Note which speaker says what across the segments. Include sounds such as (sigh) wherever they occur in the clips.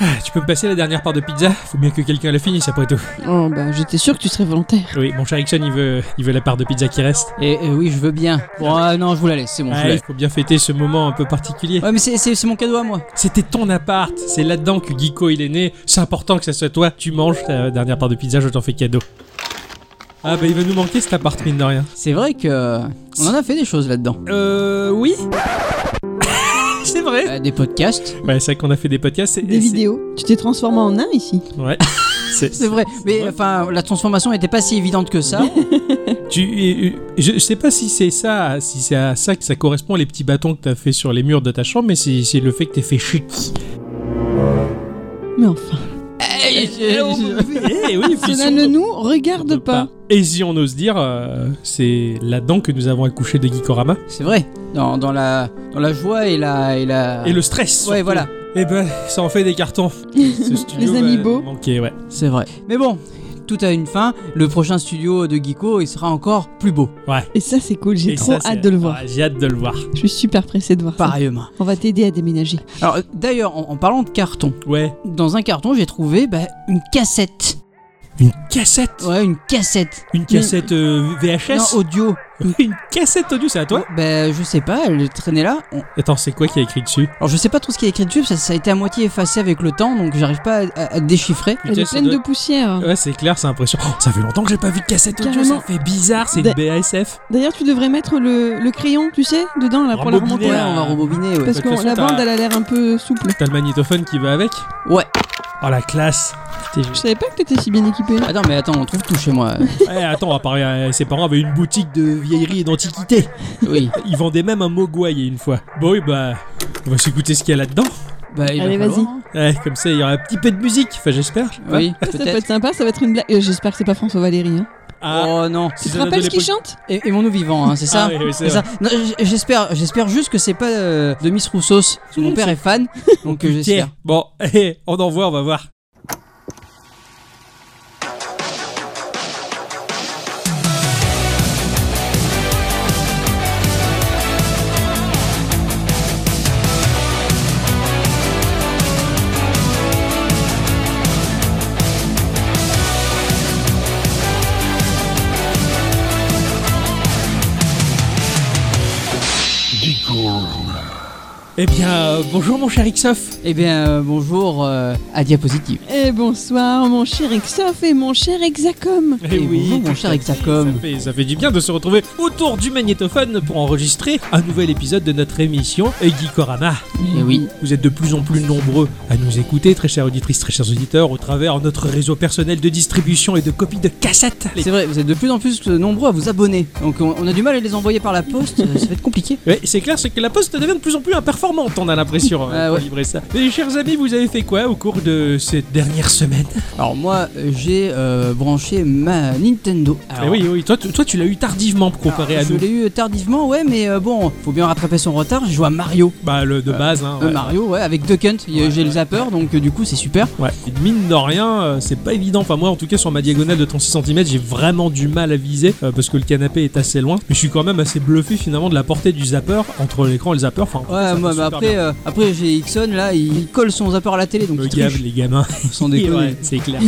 Speaker 1: Ah, tu peux me passer la dernière part de pizza Faut bien que quelqu'un la finisse après tout.
Speaker 2: Oh, bah, j'étais sûr que tu serais volontaire.
Speaker 1: Oui, mon cher Ixon, il veut, il veut la part de pizza qui reste.
Speaker 3: Et, et oui, je veux bien. Bon, ah, non, je vous la laisse, c'est bon. je vous
Speaker 1: Ah,
Speaker 3: la
Speaker 1: il
Speaker 3: laisse.
Speaker 1: faut bien fêter ce moment un peu particulier.
Speaker 3: Ouais, mais c'est- c'est c'est mon cadeau à moi.
Speaker 1: C'était ton appart, c'est là-dedans que Guico il est né. C'est important que ça soit toi. Tu manges ta dernière part de pizza, je t'en fais cadeau. Ah bah il va nous manquer cet appart mine de rien.
Speaker 3: C'est vrai que euh, on en a fait des choses là-dedans.
Speaker 1: Euh oui. (laughs) c'est vrai.
Speaker 3: Euh, des podcasts,
Speaker 1: Ouais, c'est vrai qu'on a fait des podcasts. c'est-
Speaker 2: Des
Speaker 1: c'est-
Speaker 2: vidéos. Tu t'es transformé en un ici.
Speaker 1: Ouais. C'est
Speaker 3: c'est vrai. Mais enfin, la transformation n'était pas si évidente que ça.
Speaker 1: Tu, et- et- je, je sais pas si c'est ça, si c'est à ça que ça correspond les petits bâtons que t'as fait sur les murs de ta chambre, mais c'est c'est le fait que t'es fait
Speaker 2: (laughs)
Speaker 1: chic.
Speaker 2: (laughs) Mais enfin.
Speaker 3: Eh, je- je-
Speaker 1: Eh oui, puis
Speaker 2: Cela
Speaker 1: surtout-
Speaker 2: ne nous regarde
Speaker 1: de
Speaker 2: pas.
Speaker 1: Et si on ose dire, euh, c'est là-dedans que nous avons accouché de Gikorama.
Speaker 2: Bah.
Speaker 3: C'est vrai. Dans, dans la dans la joie et la et la.
Speaker 1: Et le stress.
Speaker 3: Ouais,
Speaker 1: surtout.
Speaker 3: voilà.
Speaker 1: Eh ben, ça en fait des
Speaker 2: (laughs)
Speaker 1: cartons. Ce studio
Speaker 2: Les
Speaker 1: va
Speaker 2: amiibo.
Speaker 1: manquer, ouais.
Speaker 3: C'est vrai. Mais bon, tout a une fin. Le prochain studio de Geeko, il sera encore plus beau.
Speaker 2: Et ça, c'est cool. J'ai
Speaker 1: Et
Speaker 2: trop
Speaker 1: ça, c'est-
Speaker 2: hâte de le voir.
Speaker 1: Ah, J'ai hâte de le voir.
Speaker 2: Je suis super pressée de voir ça.
Speaker 3: Pareillement.
Speaker 2: On va t'aider à déménager.
Speaker 3: Alors euh, d'ailleurs, en, en parlant de carton,
Speaker 1: Ouais.
Speaker 3: dans un carton, j'ai trouvé bah, une cassette.
Speaker 1: Une cassette.
Speaker 3: Ouais, une cassette.
Speaker 1: Une cassette euh, VHS.
Speaker 3: Non,
Speaker 2: (laughs)
Speaker 3: audio.
Speaker 1: Une cassette audio, c'est à toi
Speaker 3: Bah, je sais pas, elle traînait là. On-
Speaker 1: Attends, c'est quoi qui a écrit dessus
Speaker 3: Alors je sais pas trop ce qu'il y a écrit dessus, parce que ça, a été à moitié effacé avec le temps, donc j'arrive pas à, à- à déchiffrer.
Speaker 2: Elle
Speaker 1: Putain,
Speaker 2: est
Speaker 1: ça
Speaker 2: pleine
Speaker 1: doit- Euh.
Speaker 2: de poussière.
Speaker 3: Hein.
Speaker 1: Ouais, c'est clair, c'est impressionnant. Oh, ça fait longtemps que j'ai pas vu de cassette audio,
Speaker 2: Carrément.
Speaker 1: ça fait bizarre, c'est une
Speaker 2: Da-
Speaker 1: BASF.
Speaker 2: D'ailleurs, tu devrais mettre le, le crayon, tu sais, dedans, là, pour la
Speaker 1: Rembobiner,
Speaker 2: remonter.
Speaker 3: Ouais,
Speaker 1: là.
Speaker 3: on va rebobiner. ouais.
Speaker 2: euh, Parce
Speaker 1: De
Speaker 2: que
Speaker 1: toute façon,
Speaker 2: la
Speaker 1: t'as-
Speaker 2: bande, elle a l'air un peu souple.
Speaker 1: T'as le magnétophone qui va avec
Speaker 3: Ouais.
Speaker 1: Oh la classe T'es-
Speaker 2: Je savais pas que t'étais si bien équipé.
Speaker 1: Ah,
Speaker 3: Attends, mais attends, on trouve tout chez
Speaker 2: (laughs)
Speaker 3: moi.
Speaker 1: Eh, attends, on va parler à- ses parents avaient une boutique de vieillerie et d'antiquité.
Speaker 3: oui.
Speaker 1: Ils vendaient même un mogwai une fois. Bon, oui, bah, on va s'écouter ce qu'il y a là-dedans.
Speaker 3: Bah, il va
Speaker 2: Allez,
Speaker 3: falloir,
Speaker 2: vas-y.
Speaker 3: hein.
Speaker 1: Ouais, comme ça, il y aura un petit peu de musique. Enfin, j'espère. je sais pas.
Speaker 3: Oui,
Speaker 2: (laughs) Ça peut être
Speaker 3: peut-être.
Speaker 2: sympa, ça va être une blague. Euh, J'espère que c'est pas François Valéry. Hein.
Speaker 1: Ah,
Speaker 3: Oh non.
Speaker 1: si
Speaker 2: Tu
Speaker 1: ça
Speaker 2: te
Speaker 1: date de
Speaker 2: rappelles ce qu'il
Speaker 1: l'époque-
Speaker 2: chante
Speaker 3: Et, et mon nous vivant, hein, c'est ça
Speaker 1: Ah oui, oui, c'est
Speaker 3: C'est ça. Non, j- J'espère, j'espère juste que c'est pas euh, de Miss Roussos. parce que
Speaker 2: (laughs)
Speaker 3: Mon père est fan, donc euh, j'espère.
Speaker 1: Pierre. Bon, (laughs) eh, on envoie, on va voir. Eh bien, euh, bonjour mon cher Ixof.
Speaker 3: Eh bien, euh, bonjour euh, à diapositive.
Speaker 2: Et Eh, bonsoir, mon cher Exof et mon cher Hexacom.
Speaker 3: Eh bonjour, mon cher
Speaker 1: tout à fait,
Speaker 3: Hexacom.
Speaker 1: Ça fait, ça fait du bien de se retrouver autour du magnétophone pour enregistrer un nouvel épisode de notre émission Geekorama.
Speaker 3: Et Eh oui.
Speaker 1: Vous êtes de plus en plus nombreux à nous écouter, très chères auditrices, très chers auditeurs, au travers de notre réseau personnel de distribution et de copie de cassettes. Les-
Speaker 3: C'est vrai, vous êtes de plus en plus euh, nombreux à vous abonner. Donc on, on a du mal à les envoyer par la poste, euh, ça va être compliqué.
Speaker 1: Ouais, c'est clair, c'est que la poste devient de plus en plus imperformante, on a l'impression,
Speaker 3: (laughs) Ah
Speaker 1: euh, pour
Speaker 3: ouais.
Speaker 1: livrer ça. Et chers amis, vous avez fait quoi au cours de cette dernière semaine
Speaker 3: Alors moi, euh, j'ai euh, branché ma Nintendo. Alors,
Speaker 1: Eh Oui, oui, toi, tu- toi tu l'as eu tardivement comparé à
Speaker 3: je
Speaker 1: nous.
Speaker 3: l'ai eu tardivement, ouais, mais euh, bon, faut bien rattraper son retard. J'ai joué à Mario.
Speaker 1: Bah, le de base, hein.
Speaker 3: Euh,
Speaker 1: ouais.
Speaker 3: Mario, ouais, avec Duck Hunt. Il y a-
Speaker 1: Ouais,
Speaker 3: j'ai le zapper, donc euh, du coup, c'est super.
Speaker 1: Ouais, et mine de rien, euh, c'est pas évident. Enfin, moi, en tout cas, sur ma diagonale de 36 cm, j'ai vraiment du mal à viser euh, parce que le canapé est assez loin. Mais je suis quand même assez bluffé finalement de la portée du zapper entre l'écran et le zapper. Enfin, en fait, ça
Speaker 3: Ouais, moi,
Speaker 1: passe
Speaker 3: bah,
Speaker 1: super bien.
Speaker 3: après, euh, après j'ai Ixon, là, il colle son zapper à la télé, donc
Speaker 1: Le
Speaker 3: il
Speaker 1: gab,
Speaker 3: triche,
Speaker 1: les gamins.
Speaker 3: sans
Speaker 1: Oui, (laughs)
Speaker 3: déconner.
Speaker 1: ouais, c'est clair.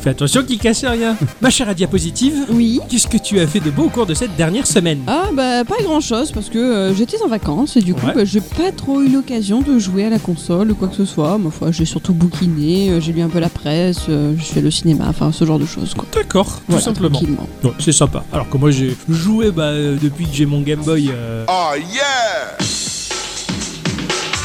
Speaker 1: Fais attention qu'il casse rien. Ma chère à diapositive,
Speaker 2: Oui.
Speaker 1: qu'est-ce que tu as fait de beau au cours de cette dernière semaine
Speaker 2: Ah bah pas grand chose parce que euh, j'étais en vacances et du coup
Speaker 1: Ouais.
Speaker 2: bah, j'ai pas trop eu l'occasion de jouer à la console ou quoi que ce soit. Ma foi, j'ai surtout bouquiné, euh, j'ai lu un peu la presse, euh, je fais le cinéma, enfin ce genre de choses quoi.
Speaker 1: D'accord, tout
Speaker 2: Voilà,
Speaker 1: simplement.
Speaker 2: tranquillement.
Speaker 1: Ouais, c'est sympa. Alors que moi, j'ai joué bah, euh, depuis que j'ai mon Game Boy. euh,
Speaker 4: Oh yeah!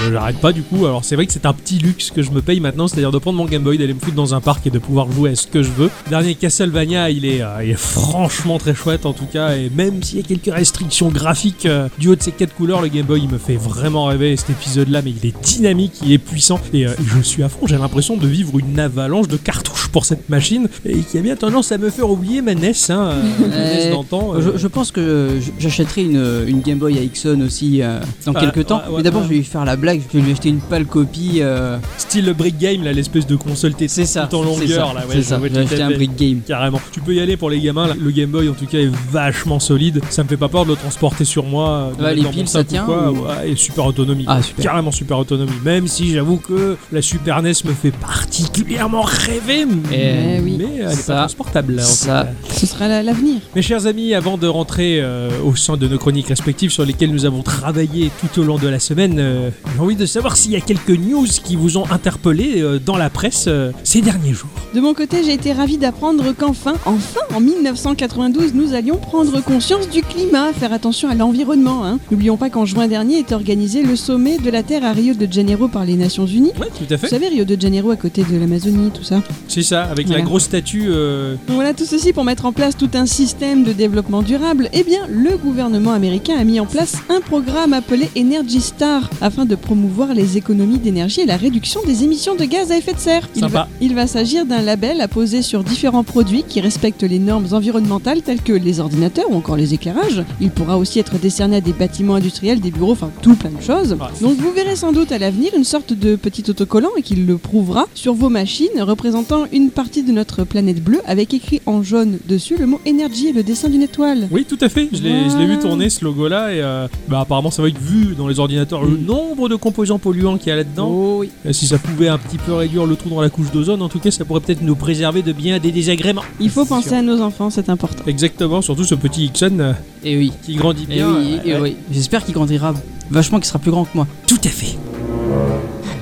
Speaker 1: Euh, J'arrête pas du coup, alors c'est vrai que c'est un petit luxe que je me paye maintenant, c'est-à-dire de prendre mon Game Boy, d'aller me foutre dans un parc et de pouvoir jouer à ce que je veux. Dernier Castlevania, il est, euh, il est franchement très chouette en tout cas, et même s'il y a quelques restrictions graphiques euh, du haut de ses quatre couleurs, le Game Boy il me fait vraiment rêver et cet épisode-là, mais il est dynamique, il est puissant, et euh, je suis à fond, j'ai l'impression de vivre une avalanche de cartouches pour cette machine, et qui a bien tendance à me faire oublier ma NES, hein, euh, ma NES
Speaker 3: Euh,
Speaker 1: d'antan. euh,
Speaker 3: Je, je pense que euh, j- j'achèterai une, une Game Boy à Ixon aussi euh, dans
Speaker 1: Ah,
Speaker 3: quelques temps.
Speaker 1: ouais, ouais,
Speaker 3: mais d'abord,
Speaker 1: ouais.
Speaker 3: je vais lui faire la blague blague, je vais lui acheter une pâle copie. euh,
Speaker 1: Style le brick game, là, l'espèce de console Tetris
Speaker 3: c'est ça.
Speaker 1: tout en
Speaker 3: c'est
Speaker 1: longueur,
Speaker 3: ça,
Speaker 1: là. Ouais,
Speaker 3: c'est
Speaker 1: je
Speaker 3: ça.
Speaker 1: vois
Speaker 3: Je
Speaker 1: tout
Speaker 3: vais
Speaker 1: à
Speaker 3: acheter un
Speaker 1: fait.
Speaker 3: brick game.
Speaker 1: Carrément. Tu peux y aller pour les gamins. là. Le Game Boy, en tout cas, est vachement solide. Ça me fait pas peur de le transporter sur moi. de
Speaker 3: Ouais,
Speaker 1: mettre
Speaker 3: les
Speaker 1: dans mon
Speaker 3: piles,
Speaker 1: sac
Speaker 3: ça tient,
Speaker 1: ou quoi.
Speaker 3: ou-
Speaker 1: Ouais, et super autonomie.
Speaker 3: Ah, super.
Speaker 1: Carrément super autonomie. Même si j'avoue que la Super NES me fait particulièrement rêver. Mais,
Speaker 3: Eh
Speaker 2: oui.
Speaker 1: mais elle est
Speaker 3: Ça.
Speaker 1: pas transportable. là, en tout
Speaker 3: Ça.
Speaker 1: cas.
Speaker 2: Ce sera la- l'avenir.
Speaker 1: Mes chers amis, avant de rentrer euh, au sein de nos chroniques respectives sur lesquelles nous avons travaillé tout au long de la semaine, euh, j'ai envie de savoir s'il y a quelques news qui vous ont interpellé euh, dans la presse euh, ces derniers jours.
Speaker 2: De mon côté, j'ai été ravie d'apprendre qu'enfin, enfin, en 1992, nous allions prendre conscience du climat, faire attention à l'environnement. hein. N'oublions pas qu'en juin dernier était organisé le sommet de la Terre à Rio de Janeiro par les Nations Unies.
Speaker 1: Ouais, tout à
Speaker 2: Vous
Speaker 1: fait.
Speaker 2: savez, Rio de Janeiro à côté de l'Amazonie, tout ça.
Speaker 1: C'est ça, avec
Speaker 2: Voilà.
Speaker 1: la grosse statue. euh,
Speaker 2: Donc Voilà tout ceci pour mettre en place tout un système de développement durable. Eh bien, le gouvernement américain a mis en place un programme appelé Energy Star afin de promouvoir les économies d'énergie et la réduction des émissions de gaz à effet de serre. Il
Speaker 1: Sympa.
Speaker 2: va, il va s'agir d'un label à poser sur différents produits qui respectent les normes environnementales telles que les ordinateurs ou encore les éclairages. Il pourra aussi être décerné à des bâtiments industriels, des bureaux, enfin tout plein de choses.
Speaker 1: Ouais.
Speaker 2: Donc vous verrez sans doute à l'avenir une sorte de petit autocollant et qu'il le prouvera sur vos machines représentant une partie de notre planète bleue avec écrit en jaune dessus le mot énergie et le dessin d'une étoile.
Speaker 1: Oui, tout à fait. Je l'ai je l'ai vu
Speaker 2: Wow.
Speaker 1: tourner ce logo-là et euh, bah, apparemment, ça va être vu dans les ordinateurs le
Speaker 3: Mm.
Speaker 1: nombre de composants polluants qu'il y a là-dedans.
Speaker 2: Oh oui.
Speaker 1: Euh, Si ça pouvait un petit peu réduire le trou dans la couche d'ozone, en tout cas, ça pourrait peut-être nous préserver de bien des désagréments.
Speaker 2: Il faut
Speaker 3: C'est
Speaker 2: penser
Speaker 3: sûr.
Speaker 2: à nos enfants, c'est important.
Speaker 1: Exactement, surtout ce petit Ixon euh,
Speaker 3: Et eh oui.
Speaker 1: qui grandit
Speaker 3: Et
Speaker 1: bien.
Speaker 3: oui,
Speaker 1: euh,
Speaker 3: et oui. J'espère qu'il grandira vachement, qu'il sera plus grand que moi.
Speaker 1: Tout à fait.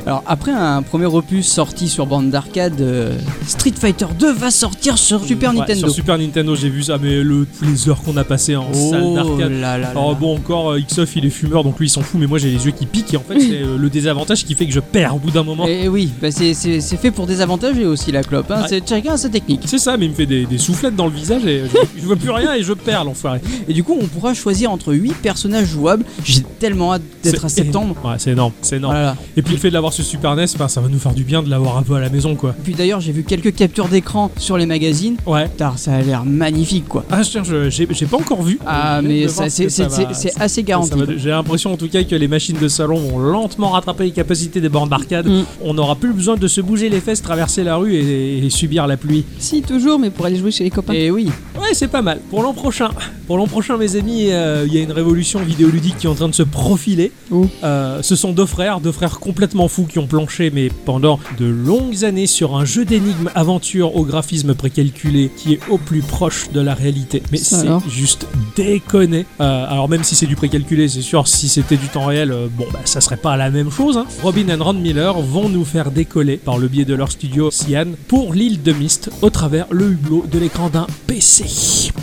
Speaker 3: Alors, après un premier opus sorti sur bande d'arcade, euh, Street Fighter 2 va sortir sur Super
Speaker 1: Ouais,
Speaker 3: Nintendo.
Speaker 1: Sur Super Nintendo, j'ai vu ça, mais le plaisir qu'on a passé en salle
Speaker 3: Oh
Speaker 1: d'arcade.
Speaker 3: là là là
Speaker 1: Alors
Speaker 3: là.
Speaker 1: bon encore euh, Xof il est fumeur donc lui il s'en fout mais moi j'ai les yeux qui piquent et en
Speaker 3: (laughs)
Speaker 1: fait c'est euh, le désavantage qui fait que je perds au bout d'un moment.
Speaker 3: Et oui, bah c'est c'est- c'est fait pour désavantager aussi la clope. Hein.
Speaker 1: Ouais.
Speaker 3: C'est chacun a sa technique.
Speaker 1: C'est ça mais il me fait des, des soufflettes dans le visage et je, je vois plus rien et je perds l'enfoiré.
Speaker 3: Et du coup, on pourra choisir entre 8 personnages jouables. J'ai tellement hâte (laughs) d'être à
Speaker 1: C'est
Speaker 3: septembre. Oh
Speaker 1: énorme. Ouais c'est énorme, c'est énorme.
Speaker 3: Voilà.
Speaker 1: Et puis le fait de l'avoir sur Super NES, enfin, ben, ça va nous faire du bien de l'avoir un peu à la maison quoi.
Speaker 3: Puis d'ailleurs, j'ai vu quelques captures d'écran sur les magazines.
Speaker 1: Ouais.
Speaker 3: Putain, ça a l'air magnifique quoi.
Speaker 1: Ah tiens, je- j'ai j'ai pas encore vu.
Speaker 3: Ah,
Speaker 1: J'ai hâte
Speaker 3: mais
Speaker 1: de voir
Speaker 3: ça,
Speaker 1: ce
Speaker 3: c'est
Speaker 1: que
Speaker 3: c'est-
Speaker 1: va-
Speaker 3: c'est- c'est assez garanti.
Speaker 1: Ça va- J'ai l'impression en tout cas que les machines de salon vont lentement rattraper les capacités des bornes d'arcade.
Speaker 3: Mm.
Speaker 1: On n'aura plus besoin de se bouger les fesses, traverser la rue et- et subir la pluie.
Speaker 2: Si toujours, mais pour aller jouer chez les copains.
Speaker 3: Et Eh oui,
Speaker 1: Ouais, c'est pas mal. Pour l'an prochain, pour l'an prochain, mes amis, euh, il y a une révolution vidéoludique qui est en train de se profiler.
Speaker 2: Oh.
Speaker 1: Euh, ce sont deux frères, deux frères complètement fous qui ont planché, mais pendant de longues années sur un jeu d'énigmes aventure au graphisme précalculé qui est au plus proche de la réalité. Mais
Speaker 2: Ça
Speaker 1: c'est
Speaker 2: alors
Speaker 1: juste déconné. Euh, alors même si c'est du précalculé, c'est sûr, si c'était du temps réel, euh, bon, bah, ça serait pas la même chose. hein. Robin and Ron Miller vont nous faire décoller par le biais de leur studio Cyan pour l'île de Mist au travers le hublot de l'écran d'un PC.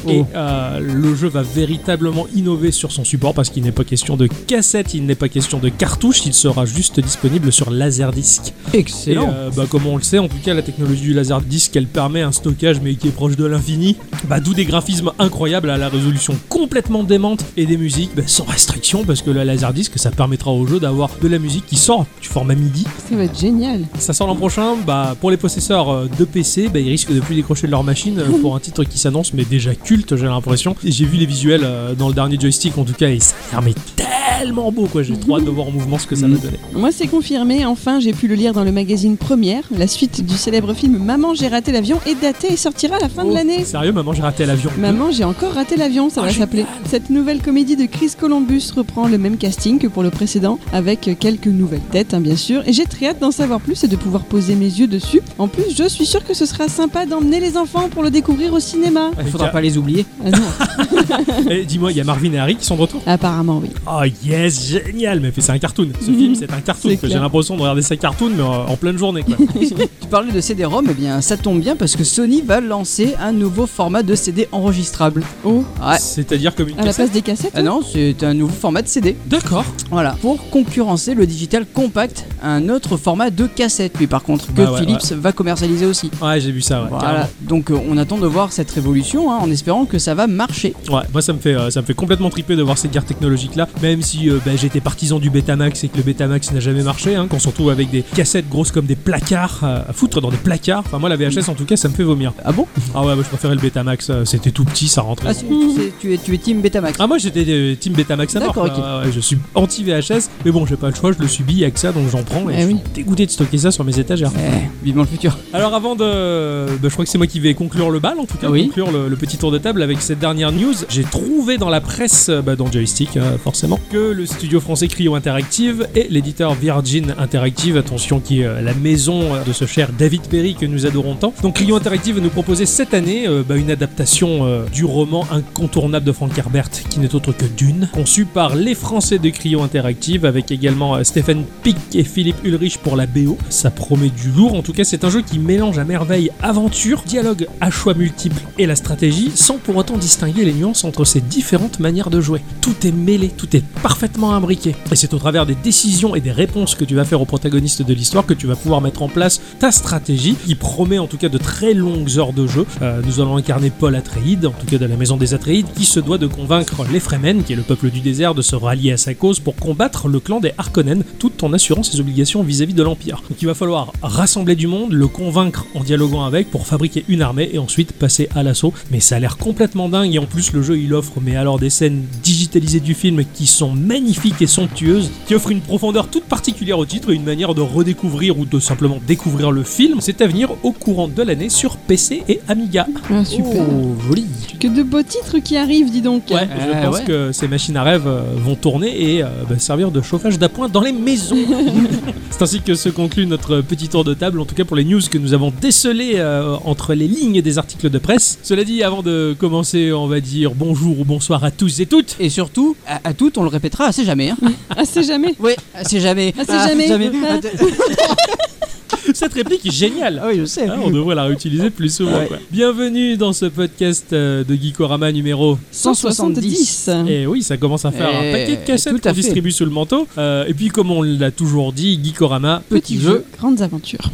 Speaker 1: Et
Speaker 3: Oh.
Speaker 1: euh, le jeu va véritablement innover sur son support parce qu'il n'est pas question de cassette, il n'est pas question de cartouche, il sera juste disponible sur Laserdisc. Et
Speaker 3: excellent.
Speaker 1: euh, bah, comme on le sait, en tout cas, la technologie du Laserdisc, elle permet un stockage mais qui est proche de l'infini. Bah, D'où des graphismes incroyables à la résolution complètement démente et des musiques bah, sans restriction parce que le Laserdisc, ça permettra au jeu d'avoir de la musique qui sort du format MIDI.
Speaker 2: Ça va être génial.
Speaker 1: Ça sort l'an prochain. Bah, pour les possesseurs euh, de PC, bah, ils risquent de plus décrocher de leur machine euh, pour un titre qui s'annonce mais déjà culte, j'ai l'impression. Et J'ai vu les visuels euh, dans le dernier joystick en tout cas et ça a l'air mais tellement beau quoi. J'ai trop hâte de voir en mouvement ce que ça va donner.
Speaker 2: Moi, c'est confirmé. Enfin, j'ai pu le lire dans le magazine Première. La suite du célèbre film Maman, j'ai raté l'avion est datée et sortira à la fin de
Speaker 1: Oh,
Speaker 2: l'année.
Speaker 1: Sérieux, maman, j'ai raté l'avion.
Speaker 2: Maman, j'ai encore raté l'avion,
Speaker 1: Ah,
Speaker 2: ça va
Speaker 1: génial.
Speaker 2: s'appeler. Cette nouvelle comédie de Chris Columbus reprend le même casting que pour le précédent, avec quelques nouvelles têtes, hein, bien sûr. Et j'ai très hâte d'en savoir plus et de pouvoir poser mes yeux dessus. En plus, je suis sûre que ce sera sympa d'emmener les enfants pour le découvrir au cinéma.
Speaker 1: euh,
Speaker 3: Il faudra pas les oublier.
Speaker 2: Ah non, (laughs)
Speaker 1: Eh, dis-moi, il y a Marvin et Harry qui sont de retour.
Speaker 2: apparemment, oui.
Speaker 1: Oh yes, génial, mais c'est un cartoon. Ce
Speaker 2: Mhm.
Speaker 1: film, c'est un cartoon.
Speaker 2: C'est
Speaker 1: quoi. J'ai
Speaker 2: clair.
Speaker 1: l'impression de regarder ça cartoon, mais en en pleine journée. Quoi.
Speaker 3: Tu parlais de CD-ROM, et bien ça tombe bien parce que Sony va lancer un nouveau format de CD enregistrable.
Speaker 2: Oh,
Speaker 3: Ouais.
Speaker 1: C'est-à-dire comme une
Speaker 2: à la
Speaker 1: cassette.
Speaker 2: place des cassettes hein.
Speaker 3: Ah non, c'est un nouveau format de CD.
Speaker 1: D'accord.
Speaker 3: Voilà. Pour concurrencer le digital compact, un autre format de cassette, lui par contre, que
Speaker 1: Bah ouais,
Speaker 3: Philips va commercialiser aussi.
Speaker 1: Ouais, j'ai vu ça. Ouais,
Speaker 3: Voilà, donc euh, on attend de voir cette révolution hein, en espérant que ça va marcher.
Speaker 1: carrément. Ouais, moi ça me fait, euh, ça me fait complètement ben, triper de voir ces guerres technologiques là. Même si euh, bah, j'étais partisan du Betamax et que le Betamax n'a jamais marché, hein, qu'on on se retrouve avec des cassettes grosses comme des placards euh, à foutre dans des placards. Enfin, moi, la VHS en tout cas, ça me fait vomir.
Speaker 3: Ah bon
Speaker 1: Ah ouais, moi, je préférais le Betamax, euh, c'était tout petit, ça rentrait.
Speaker 3: Ah, c'est- c'est- tu, es, tu es Team Betamax.
Speaker 1: Ah moi j'étais euh, team Betamax à mort.
Speaker 3: D'accord,
Speaker 1: quoi. Ah, Ouais, ouais, je suis anti VHS, mais bon j'ai pas le choix, je le subis, il y a que ça donc j'en prends et
Speaker 2: Eh
Speaker 1: je suis
Speaker 2: oui.
Speaker 1: dégoûté de stocker ça sur mes étagères.
Speaker 3: Ah Eh, vivement le futur.
Speaker 1: Alors avant de, bah, je crois que c'est moi qui vais conclure le bal en tout cas,
Speaker 3: Oui.
Speaker 1: conclure le, le petit tour de table avec cette dernière news. J'ai trouvé dans la presse, euh, bah, dans Joystick euh, forcément, que le studio français Cryo Interactive et l'éditeur Virgin Interactive, attention qui est euh, la maison euh, de ce cher David Perry que nous adorons tant. Donc Cryo Interactive va nous proposer cette année euh, bah, une adaptation euh, du roman incontournable de Frank Herbert qui n'est autre que Dune, conçu par les Français de Cryo Interactive avec également euh, Stephen Pick et Philippe Ulrich pour la BO. Ça promet du lourd. En tout cas, c'est un jeu qui mélange à merveille aventure, dialogue à choix multiples et la stratégie sans pour autant distinguer les nuances entre ces différentes manières de jouer. Tout est mêlé, tout est parfaitement imbriqué. Et c'est au travers des décisions et des réponses que tu vas faire aux protagonistes de l'histoire que tu vas pouvoir mettre en place ta stratégie qui promet en tout cas de très longues heures de jeu. Euh, nous allons incarner Paul Atreides, en tout cas de la maison des Atreides, qui se doit de convaincre les Fremen, qui est le peuple du désert, de se rallier à sa cause pour combattre le clan des Harkonnen, tout en assurant ses obligations vis-à-vis de l'Empire. Donc il va falloir rassembler du monde, le convaincre en dialoguant avec pour fabriquer une armée et ensuite passer à l'assaut. Mais ça a l'air complètement dingue et en plus le jeu il offre mais alors des scènes digitalisées du film qui sont magnifiques et somptueuses, qui offrent une profondeur toute particulière au titre et une manière de redécouvrir ou de simplement découvrir le film. C'est à venir au courant de l'année sur PC et Amiga.
Speaker 2: Ah, super.
Speaker 3: Oh, joli.
Speaker 2: Que de beaux titres qui arrivent, dis donc.
Speaker 1: Ouais,
Speaker 3: Euh,
Speaker 1: je pense
Speaker 3: ouais.
Speaker 1: que ces machines à rêve euh, vont tourner et euh, bah, servir de chauffage d'appoint dans les
Speaker 3: (laughs)
Speaker 1: maisons. C'est ainsi que se conclut notre petit tour de table, en tout cas pour les news que nous avons décelées euh, entre les lignes des articles de presse. Cela dit, avant de commencer, on va dire bonjour ou bonsoir à tous et toutes.
Speaker 3: Et surtout, à, à toutes, on le répétera, à c'est jamais. Hein.
Speaker 2: Ah, c'est jamais.
Speaker 3: Oui, à c'est jamais.
Speaker 2: Ah, c'est jamais. Ah.
Speaker 1: Cette réplique est géniale.
Speaker 3: (laughs) Ah oui, je sais.
Speaker 1: Hein, on devrait la réutiliser plus souvent.
Speaker 3: Ouais.
Speaker 1: quoi. Bienvenue dans ce podcast euh, de Geekorama numéro
Speaker 3: 170.
Speaker 1: Et oui, ça commence à faire
Speaker 3: Eh,
Speaker 1: un paquet de
Speaker 3: Hein. tout
Speaker 1: cassettes
Speaker 3: à
Speaker 1: qu'on
Speaker 3: fait.
Speaker 1: distribue sous le manteau. Euh, et puis, comme on l'a toujours dit, Geekorama,
Speaker 3: Petit jeu.
Speaker 2: grandes aventures.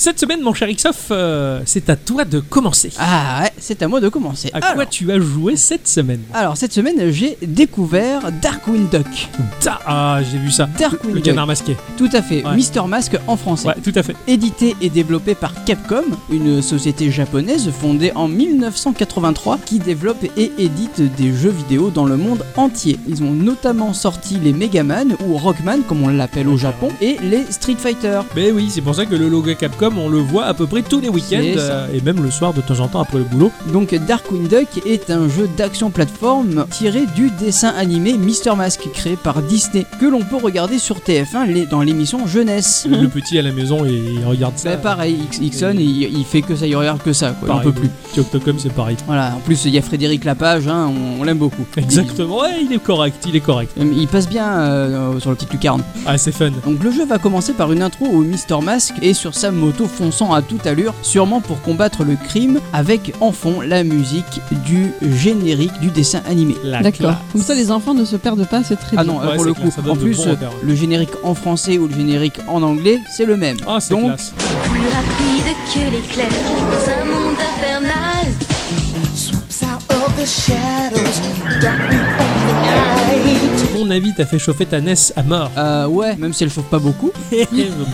Speaker 1: Cette semaine, mon cher Ixoff, euh, c'est à toi de commencer.
Speaker 3: Ah ouais, c'est à moi de commencer.
Speaker 1: À
Speaker 3: alors,
Speaker 1: quoi tu as joué cette semaine
Speaker 3: alors, cette semaine, j'ai découvert Darkwing Duck.
Speaker 1: Ta- Ah, j'ai vu ça.
Speaker 3: Darkwing
Speaker 1: Le
Speaker 3: Duck.
Speaker 1: canard masqué.
Speaker 3: Tout à fait,
Speaker 1: Ouais.
Speaker 3: Mister Mask en français.
Speaker 1: Ouais, tout à fait.
Speaker 3: Édité et développé par Capcom, une société japonaise fondée en 1983 qui développe et édite des jeux vidéo dans le monde entier. Ils ont notamment sorti les Mega Man ou Rockman comme on l'appelle au Japon et les Street Fighter.
Speaker 1: Ben oui, c'est pour ça que le logo Capcom, on le voit à peu près tous les week-ends
Speaker 3: C'est ça.
Speaker 1: euh, et même le soir de temps en temps après le boulot.
Speaker 3: Donc Darkwing Duck est un jeu d'action plateforme tiré du dessin animé Mister Mask créé par Disney que l'on peut regarder sur TF1 les- dans l'émission Jeunesse.
Speaker 1: Le, le petit à la maison et il regarde ça.
Speaker 3: Bah pareil, Ix- Ixon il, il fait que ça, il regarde que ça, quoi. il en
Speaker 1: Pareil,
Speaker 3: peut plus.
Speaker 1: Petit Octocom, c'est
Speaker 3: (laughs)
Speaker 1: pareil.
Speaker 3: Voilà, en plus il y a Frédéric Lapage, hein, on, on l'aime beaucoup.
Speaker 1: Exactement. Ouais, il est correct, il est correct.
Speaker 3: Il, il passe bien euh, sur le petit lucarne.
Speaker 1: Ah, c'est fun.
Speaker 3: Donc le jeu va commencer par une intro où Mister Mask est sur sa moto fonçant à toute allure, sûrement pour combattre le crime, avec en fond la musique du générique du dessin animé.
Speaker 1: La
Speaker 2: D'accord.
Speaker 1: classe.
Speaker 2: Comme ça, les enfants ne se perdent pas, c'est très
Speaker 3: bah, Ah
Speaker 2: bien.
Speaker 3: non,
Speaker 1: Ouais,
Speaker 3: pour
Speaker 1: c'est
Speaker 3: le
Speaker 1: clair,
Speaker 3: coup,
Speaker 1: ça donne
Speaker 3: en
Speaker 1: de
Speaker 3: plus,
Speaker 1: bons repères, ouais.
Speaker 3: le générique en français ou le générique en anglais, c'est le même.
Speaker 1: Ah, c'est
Speaker 3: Donc,
Speaker 1: classe.
Speaker 4: Plus rapide que l'éclair dans un monde infernal.
Speaker 5: Swoops out of the shadows, dark we own the night.
Speaker 1: Mon avis, t'as fait chauffer ta NES à mort. Eh,
Speaker 3: euh, ouais, même si elle chauffe
Speaker 1: (laughs)
Speaker 3: pas beaucoup.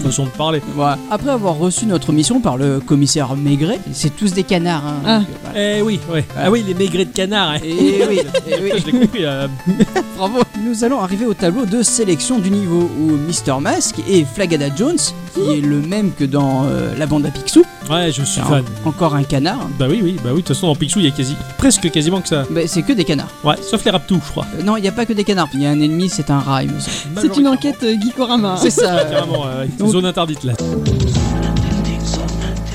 Speaker 1: façon de parler.
Speaker 3: Voilà. Après avoir reçu notre mission par le commissaire Maigret, c'est tous des canards. hein,
Speaker 2: Ah.
Speaker 3: donc, euh, voilà.
Speaker 1: Eh oui, ouais. Ah oui, les maigrets de canard. hein.
Speaker 3: Eh oui, eh oui.
Speaker 1: (laughs) Je l'ai compris. euh,
Speaker 3: Bravo Nous allons arriver au tableau de sélection du niveau où Mr. Mask et Flagada Jones, qui est le même que dans euh, la bande à Picsou,
Speaker 1: Ouais, je suis
Speaker 3: car
Speaker 1: fan.
Speaker 3: en- encore un canard,
Speaker 1: Bah oui, oui, bah oui, de toute façon, en Picsou, il y a quasi, presque quasiment que ça.
Speaker 3: bah, c'est que des canards.
Speaker 1: Ouais, sauf les raptous, je crois.
Speaker 3: Euh, non, il n'y a pas que des canards, il y a un ennemi, c'est un rat, il me semble.
Speaker 2: C'est une enquête euh, Geekorama.
Speaker 3: C'est (laughs) ça
Speaker 1: Carrément, euh,
Speaker 3: Donc-
Speaker 1: zone interdite là.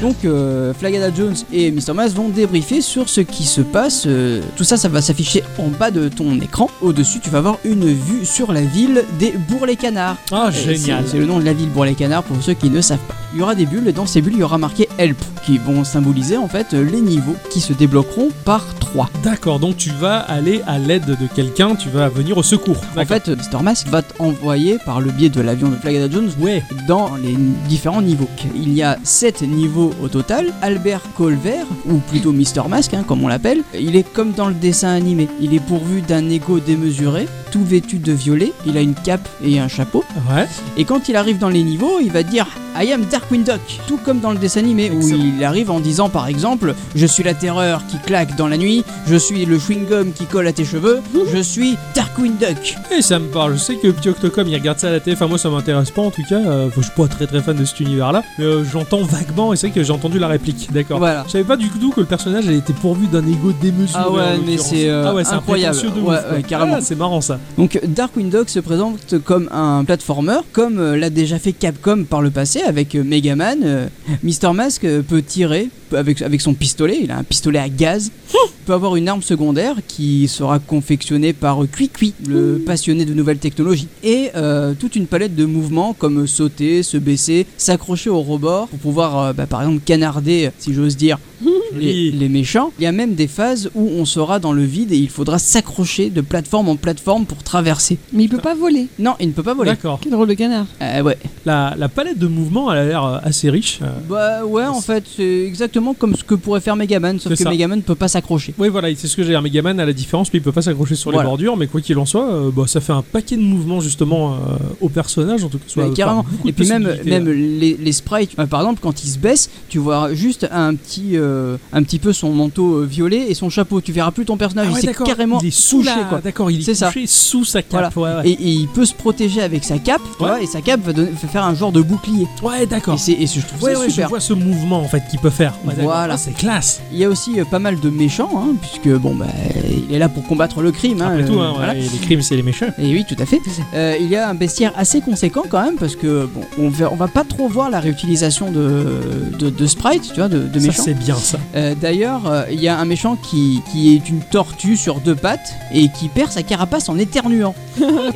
Speaker 3: Donc euh, Flagada Jones et Mr. Mask vont débriefer sur ce qui se passe. euh, tout ça, ça va s'afficher en bas de ton écran. Au-dessus, tu vas avoir une vue sur la ville des Bourg-les-Canards.
Speaker 1: Ah,
Speaker 3: Euh,
Speaker 1: génial.
Speaker 3: C'est c'est le nom de la ville Bourg-les-Canards pour ceux qui ne savent pas. Il y aura des bulles et dans ces bulles il y aura marqué Help qui vont symboliser en fait euh, les niveaux qui se débloqueront par 3.
Speaker 1: D'accord, donc tu vas aller à l'aide de quelqu'un, tu vas venir au secours.
Speaker 3: En fait, euh, Mr. Mask va t'envoyer par le biais de l'avion de Flagada Jones
Speaker 1: ouais.
Speaker 3: dans les n- différents niveaux. Il y a 7 niveaux au total. Albert Colvert, ou plutôt Mister Mask, hein, comme on l'appelle, il est comme dans le dessin animé. Il est pourvu d'un ego démesuré, tout vêtu de violet. Il a une cape et un chapeau.
Speaker 1: Ouais.
Speaker 3: Et quand il arrive dans les niveaux, il va dire I am Darkwing Duck, tout comme dans le dessin animé,
Speaker 1: Excellent.
Speaker 3: où il arrive en disant par exemple Je suis la terreur qui claque dans la nuit, je suis le chewing-gum qui colle à tes cheveux, je suis Darkwing Duck.
Speaker 1: Et Eh, ça me parle. Je sais que Petit Octocom, il regarde ça à la télé. Enfin, moi, ça m'intéresse pas en tout cas. Euh, je suis pas très très fan de cet univers-là. Mais euh, j'entends vaguement et c'est vrai que j'ai entendu la réplique. D'accord.
Speaker 3: Voilà.
Speaker 1: Je savais pas du tout que le personnage elle était pourvu d'un ego démesuré.
Speaker 3: Ah ouais,
Speaker 1: en
Speaker 3: mais
Speaker 1: l'occurrence.
Speaker 3: c'est, euh,
Speaker 1: ah ouais, c'est un
Speaker 3: incroyable.
Speaker 1: prétentieux de
Speaker 3: Ouais,
Speaker 1: ouf, quoi.
Speaker 3: ouais, carrément.
Speaker 1: Ah, c'est marrant ça.
Speaker 3: Donc Darkwing Duck se présente comme un platformer, comme euh, l'a déjà fait Capcom par le passé avec euh, Mega Man. Euh, Mr. Mask euh, peut tirer peut- avec, avec son pistolet, il a un pistolet à gaz. Il peut avoir une arme secondaire qui sera confectionnée par euh, Kwikwi, le passionné de nouvelles technologies. Et euh, toute une palette de mouvements comme euh, sauter, se baisser, s'accrocher au rebord pour pouvoir euh, bah, par exemple canarder, euh, si j'ose dire, les,
Speaker 1: Joli.
Speaker 3: les méchants. Il y a même des phases où on sera dans le vide et il faudra s'accrocher de plateforme en plateforme pour traverser.
Speaker 2: (laughs) Mais il peut pas voler.
Speaker 3: Non, il ne peut pas voler.
Speaker 1: D'accord.
Speaker 2: Quel drôle de canard.
Speaker 3: Euh, ouais.
Speaker 1: La, la palette de mouvements, elle a l'air euh, assez riche. Euh,
Speaker 3: Bah ouais, en fait, c'est exactement comme ce que pourrait faire Megaman, sauf
Speaker 1: C'est
Speaker 3: que
Speaker 1: ça.
Speaker 3: Megaman ne peut pas s'accrocher.
Speaker 1: Oui, voilà, c'est ce que j'ai dire. Megaman, à la différence, lui, il peut pas s'accrocher sur les
Speaker 3: Voilà.
Speaker 1: bordures, mais quoi qu'il en soit, euh, bah, ça fait un paquet de mouvements, justement, euh, au personnage, en tout cas. soit- euh,
Speaker 3: Ouais,
Speaker 1: enfin,
Speaker 3: carrément.
Speaker 1: beaucoup de
Speaker 3: Et puis même,
Speaker 1: possibilités, euh. hein.
Speaker 3: même
Speaker 1: là.
Speaker 3: les, les sprites, euh, par exemple, quand il se baisse, tu vois juste un petit, euh, un petit peu son manteau euh, violet et son chapeau. Tu verras plus ton personnage,
Speaker 1: Ah ouais,
Speaker 3: il s'est
Speaker 1: d'accord,
Speaker 3: carrément
Speaker 1: il est sous
Speaker 3: touché,
Speaker 1: la-
Speaker 3: quoi.
Speaker 1: D'accord, il est,
Speaker 3: C'est ça.
Speaker 1: couché sous sa cape. ouais, ouais.
Speaker 3: Et, et il peut se protéger avec sa cape, tu
Speaker 1: Ouais.
Speaker 3: vois, et sa cape va, donner- va faire un genre de bouclier.
Speaker 1: Ouais, d'accord.
Speaker 3: Et, c'est- et c'est- je trouve
Speaker 1: Ouais,
Speaker 3: ça
Speaker 1: ouais, je
Speaker 3: super.
Speaker 1: vois ce mouvement en fait qu'il peut faire. Ouais, d'accord.
Speaker 3: Voilà.
Speaker 1: Ah, c'est classe.
Speaker 3: Il y a aussi euh, pas mal de méchants, hein, puisque bon, bah, il est là pour combattre le crime. hein,
Speaker 1: Après tout,
Speaker 3: euh,
Speaker 1: hein, ouais,
Speaker 3: voilà.
Speaker 1: les crimes, c'est les méchants.
Speaker 3: Et oui, tout à fait. Euh, il y a un bestiaire assez conséquent quand même, parce que bon, on va, on va pas trop voir la réutilisation de, de, de sprites, tu vois, de, de
Speaker 1: Ça,
Speaker 3: méchants.
Speaker 1: c'est bien ça.
Speaker 3: Euh, D'ailleurs, euh, il y a un méchant qui, qui est une tortue sur deux pattes et qui perd sa carapace
Speaker 1: (laughs)
Speaker 3: en éternuant.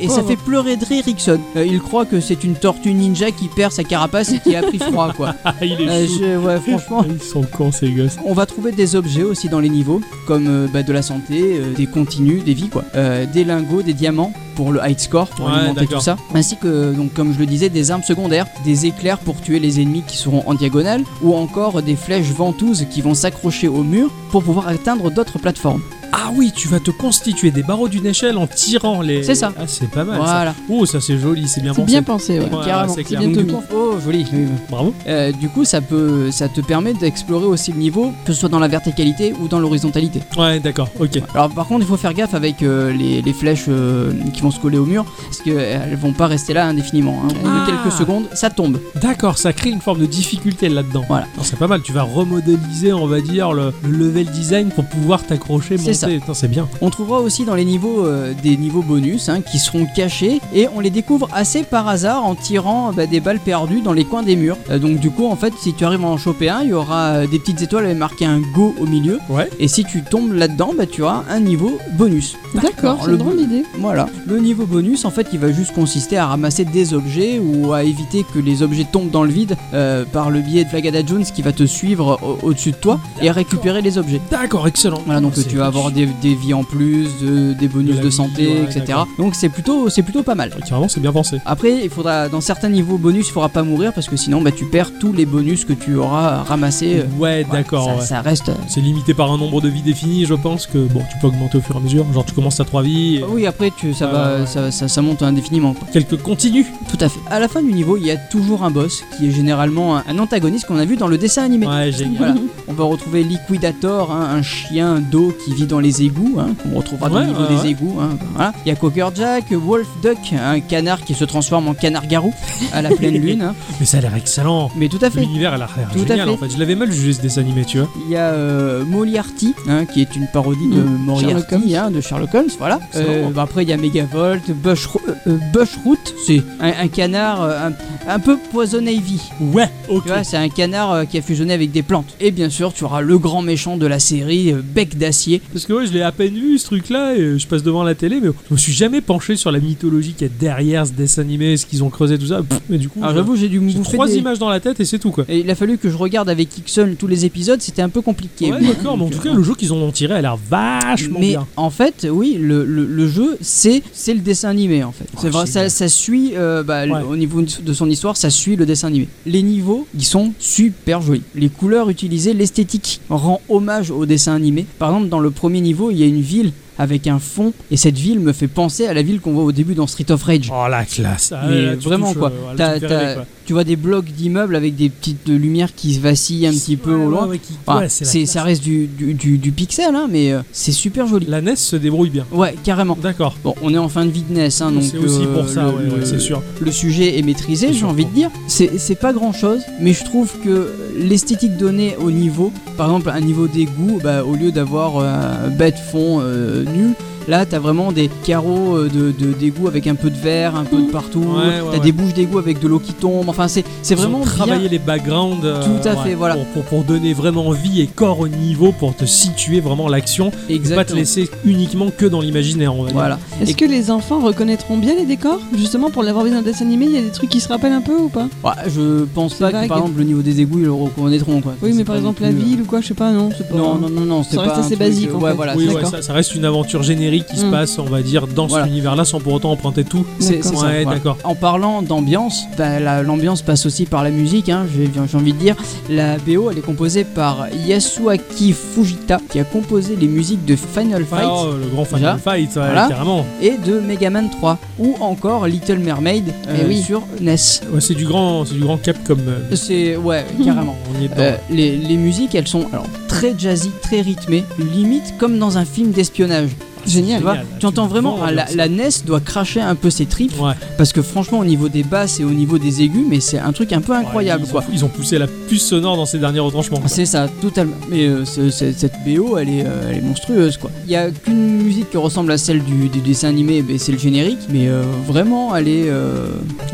Speaker 3: et ça fait pleurer de rire Rickson. Euh, il croit que c'est une tortue ninja qui perd sa carapace et qui a pris froid,
Speaker 1: (laughs)
Speaker 3: quoi.
Speaker 1: (laughs) Ah, il est
Speaker 3: Euh,
Speaker 1: chaud.
Speaker 3: je- ouais, franchement.
Speaker 1: Ils sont cons ces gosses.
Speaker 3: On va trouver des objets aussi dans les niveaux, comme euh, bah, de la santé, euh, des continues, des vies, quoi. Euh, des lingots, des diamants pour le high score, pour
Speaker 1: Ouais,
Speaker 3: alimenter
Speaker 1: d'accord.
Speaker 3: tout ça. Ainsi que, donc, comme je le disais, des armes secondaires, des éclairs pour tuer les ennemis qui seront en diagonale, ou encore des flèches ventouses qui vont s'accrocher au mur pour pouvoir atteindre d'autres plateformes.
Speaker 1: Ah oui, tu vas te constituer des barreaux d'une échelle en tirant les.
Speaker 3: C'est ça.
Speaker 1: Ah, c'est pas mal. ça.
Speaker 3: voilà,
Speaker 1: Oh, ça c'est joli, c'est bien
Speaker 2: C'est
Speaker 1: pensé.
Speaker 2: bien pensé, ouais.
Speaker 1: Ouais,
Speaker 3: carrément.
Speaker 1: c'est
Speaker 3: C'est
Speaker 1: clair.
Speaker 3: bien
Speaker 2: Donc,
Speaker 3: tout
Speaker 2: du
Speaker 3: mis. Oh, joli. oui, oui.
Speaker 1: Bravo.
Speaker 3: Euh, du coup, ça peut, ça te permet d'explorer aussi le niveau, que ce soit dans la verticalité ou dans l'horizontalité.
Speaker 1: Ouais, d'accord. Ok.
Speaker 3: Alors par contre il faut faire gaffe avec euh, les, les flèches euh, qui vont se coller au mur parce qu'elles vont pas rester là indéfiniment. hein. Au bout
Speaker 1: Ah.
Speaker 3: de quelques secondes ça tombe.
Speaker 1: D'accord, ça crée une forme de difficulté là-dedans.
Speaker 3: Voilà.
Speaker 1: Non, C'est pas mal. Tu vas remodéliser, on va dire, le, le level design pour pouvoir t'accrocher,
Speaker 3: C'est
Speaker 1: monter.
Speaker 3: ça.
Speaker 1: Putain, C'est bien.
Speaker 3: On trouvera aussi dans les niveaux euh, des niveaux bonus hein, qui seront cachés et on les découvre assez par hasard en tirant bah, des balles perdues dans les coins des murs. Euh, donc du coup en fait si tu arrives à en choper un il y aura euh, des petites étoiles avec marqué un go au milieu
Speaker 1: Ouais.
Speaker 3: et si tu tombes là-dedans bah, tu auras un niveau bonus.
Speaker 2: D'accord, c'est
Speaker 3: le
Speaker 2: une drôle
Speaker 3: bout-
Speaker 2: d'idée.
Speaker 3: Voilà. Le niveau bonus, en fait, il va juste consister à ramasser des objets ou à éviter que les objets tombent dans le vide euh, par le biais de Flagada Jones qui va te suivre au- au-dessus de toi et à récupérer les objets.
Speaker 1: D'accord, excellent.
Speaker 3: Voilà, donc
Speaker 1: C'est
Speaker 3: tu vas avoir
Speaker 1: riche.
Speaker 3: des, des vies en plus, de- des bonus
Speaker 1: De la
Speaker 3: de,
Speaker 1: vie,
Speaker 3: santé,
Speaker 1: ouais,
Speaker 3: etc.
Speaker 1: d'accord.
Speaker 3: Donc c'est plutôt, c'est plutôt pas mal.
Speaker 1: Ouais, Carrément, c'est bien pensé.
Speaker 3: Après, il faudra, dans certains niveaux bonus, il faudra pas mourir parce que sinon, bah, tu perds tous les bonus que tu auras ramassés. euh,
Speaker 1: Ouais,
Speaker 3: voilà.
Speaker 1: d'accord.
Speaker 3: Ça,
Speaker 1: ouais.
Speaker 3: ça reste.
Speaker 1: C'est limité par un nombre de vies défini, je pense que bon, tu peux augmenter au fur et à mesure. Genre, tu commences à 3 vies, et
Speaker 3: Oui, après, tu, ça,
Speaker 1: Ah,
Speaker 3: va,
Speaker 1: ouais.
Speaker 3: ça, ça, ça monte indéfiniment. quoi.
Speaker 1: quelques continues.
Speaker 3: Tout à fait. À la fin du niveau, il y a toujours un boss qui est généralement un, un antagoniste qu'on a vu dans le dessin animé.
Speaker 1: Ouais, génial.
Speaker 3: Voilà. On va retrouver Liquidator, hein, un chien d'eau qui vit dans les égouts, hein, qu'on retrouvera dans
Speaker 1: Ouais,
Speaker 3: le niveau
Speaker 1: ouais, ouais.
Speaker 3: des égouts. hein, voilà. Il y a Cocker Jack, Wolf Duck, un canard qui se transforme en canard garou à la
Speaker 1: (laughs)
Speaker 3: pleine lune. hein.
Speaker 1: Mais ça a l'air excellent.
Speaker 3: Mais tout à fait.
Speaker 1: L'univers, elle a l'air
Speaker 3: Tout à
Speaker 1: génial
Speaker 3: fait.
Speaker 1: en fait. Je l'avais mal jugé ce dessin animé, tu vois.
Speaker 3: Il y a euh, Moliarty, hein, qui est une parodie de
Speaker 2: Mmh,
Speaker 1: Hmm.
Speaker 2: Sherlock Holmes.
Speaker 3: Moriarty, hein, de Sherlock Holmes, voilà.
Speaker 1: Excellent.
Speaker 3: Euh, bah après, il y a Megavolt, Bushro- euh, euh, Bushroot, c'est un, un canard euh, un, un peu poison ivy.
Speaker 1: Ouais, ok.
Speaker 3: Tu vois, c'est un canard euh, qui a fusionné avec des plantes. Et bien sûr, tu auras le grand méchant de la série, euh, Bec d'acier.
Speaker 1: Parce que ouais, je l'ai à peine vu ce truc-là, et euh, je passe devant la télé, mais je me suis jamais penché sur la mythologie qu'il y a derrière ce dessin animé, ce qu'ils ont creusé, tout ça. Pff, mais du coup,
Speaker 3: Alors
Speaker 1: je-
Speaker 3: Ah, j'avoue, j'ai dû me
Speaker 1: j'ai
Speaker 3: bouffer
Speaker 1: trois
Speaker 3: des-
Speaker 1: images dans la tête et c'est tout quoi.
Speaker 3: Et il a fallu que je regarde avec Ixon tous les épisodes, c'était un peu compliqué.
Speaker 1: ouais,
Speaker 3: Oui.
Speaker 1: d'accord, mais en tout cas, le jeu qu'ils en ont tiré a l'air vachement
Speaker 3: Mais
Speaker 1: bien.
Speaker 3: en fait, oui, le, le- le jeu, c'est c'est le dessin animé en fait. c'est vrai,
Speaker 1: Ah, génial.
Speaker 3: ça, ça suit, euh, bah,
Speaker 1: Ouais.
Speaker 3: au niveau de son histoire, ça suit le dessin animé. Les niveaux, ils sont super jolis. Les couleurs utilisées, l'esthétique rend hommage au dessin animé. Par exemple, dans le premier niveau, il y a une ville avec un fond. Et cette ville me fait penser à la ville qu'on voit au début dans Street of Rage.
Speaker 1: Oh la classe Ah,
Speaker 3: Mais
Speaker 1: là, tu
Speaker 3: vraiment,
Speaker 1: touches,
Speaker 3: quoi.
Speaker 1: euh, là,
Speaker 3: T'as-
Speaker 1: tu me fais rêver,
Speaker 3: t'as- tu vois des blocs d'immeubles avec des petites euh, lumières qui vacillent un petit peu
Speaker 1: Ouais,
Speaker 3: au loin.
Speaker 1: ouais, ouais, qui-
Speaker 3: Enfin,
Speaker 1: ouais, c'est la
Speaker 3: c'est,
Speaker 1: classe.
Speaker 3: ça reste du, du, du- du pixel, hein, mais euh, c'est super joli.
Speaker 1: La NES se débrouille bien.
Speaker 3: Ouais, carrément.
Speaker 1: D'accord.
Speaker 3: Bon, on est en fin de vie de NES, hein, donc
Speaker 1: C'est aussi
Speaker 3: euh,
Speaker 1: pour ça,
Speaker 3: le-
Speaker 1: ouais, ouais,
Speaker 3: le-
Speaker 1: c'est sûr.
Speaker 3: le sujet est maîtrisé,
Speaker 1: C'est
Speaker 3: j'ai
Speaker 1: sûr,
Speaker 3: envie de dire. C'est c'est pas grand chose, mais je trouve que l'esthétique donnée au niveau, par exemple, un niveau d'égout, bah, au lieu d'avoir euh, un bête fond euh, nul, là t'as vraiment des carreaux euh, de de- d'égout avec un peu de verre, un peu de partout.
Speaker 1: Ouais, ouais,
Speaker 3: t'as
Speaker 1: ouais.
Speaker 3: des bouches d'égout avec de l'eau qui tombe. Enfin, c'est c'est vraiment bien.
Speaker 1: travailler les backgrounds euh,
Speaker 3: Tout à fait, voilà.
Speaker 1: pour, pour- pour donner vraiment vie et corps au niveau pour te situer vraiment l'action et pas te
Speaker 3: Exactement.
Speaker 1: laisser uniquement que dans l'imaginaire on va dire.
Speaker 3: Voilà.
Speaker 2: Est-ce que les enfants reconnaîtront bien les décors Justement, pour l'avoir vu dans le dessin animé, il y a des trucs qui se rappellent un peu ou pas
Speaker 3: Ouais, je pense pas que
Speaker 2: vague.
Speaker 3: par exemple le niveau des égouts ils le reconnaîtront quoi.
Speaker 2: Oui,
Speaker 3: C'est
Speaker 2: mais par
Speaker 3: pas non
Speaker 2: exemple, la
Speaker 3: plus, euh,
Speaker 2: ville ou quoi, je sais pas, non c'est pas-
Speaker 3: Non, non, non, non, c'est pas
Speaker 2: Ça reste
Speaker 3: un
Speaker 2: assez
Speaker 3: truc,
Speaker 2: basique,
Speaker 3: euh,
Speaker 2: en
Speaker 3: Ouais,
Speaker 2: fait.
Speaker 3: voilà,
Speaker 1: Oui, ouais,
Speaker 2: d'accord.
Speaker 1: ça, ça reste une aventure générique qui se
Speaker 2: Mm.
Speaker 1: passe, on va dire, dans
Speaker 3: Voilà.
Speaker 1: cet univers-là, sans pour autant emprunter tout.
Speaker 3: C'est
Speaker 2: D'accord.
Speaker 3: c'est ça.
Speaker 1: Ouais,
Speaker 3: voilà.
Speaker 1: d'accord.
Speaker 3: En parlant d'ambiance, bah, la- l'ambiance passe aussi par la musique, hein, j'ai j'ai envie de dire. La BO, elle est composée par Yasuaki Fujita, qui a composé les musiques de Final Fight
Speaker 1: Ah, oh, le grand Final
Speaker 3: Déjà.
Speaker 1: Fight, ouais,
Speaker 3: Voilà.
Speaker 1: carrément.
Speaker 3: et de Mega Man 3, ou encore Little Mermaid euh,
Speaker 2: Eh oui.
Speaker 3: sur NES.
Speaker 1: Ouais, c'est du grand, c'est du grand cap comme.
Speaker 3: C'est,
Speaker 2: (laughs)
Speaker 3: ouais, carrément.
Speaker 1: on y est dedans.
Speaker 3: Euh, les, les musiques, elles sont alors, très jazzy, très rythmées, limite comme dans un film d'espionnage.
Speaker 2: Génial.
Speaker 3: Tu vois,
Speaker 1: Génial, là,
Speaker 3: tu entends
Speaker 1: tu me
Speaker 3: vraiment,
Speaker 1: vends,
Speaker 3: ah, la,
Speaker 1: là, ça.
Speaker 3: la NES doit cracher un peu ses tripes,
Speaker 1: Ouais.
Speaker 3: parce que franchement, au niveau des basses et au niveau des aigus, mais c'est un truc un peu incroyable,
Speaker 1: Ouais, ils,
Speaker 3: quoi. Ah,
Speaker 1: Ont, ils ont poussé la puce sonore dans ces derniers retranchements. quoi.
Speaker 3: C'est ça, totalement. Mais euh, ce- ce- cette BO, elle est, euh, elle est monstrueuse, quoi. Il n'y a qu'une musique qui ressemble à celle du, du dessin animé, mais c'est le générique. Mais euh, vraiment, elle est. euh,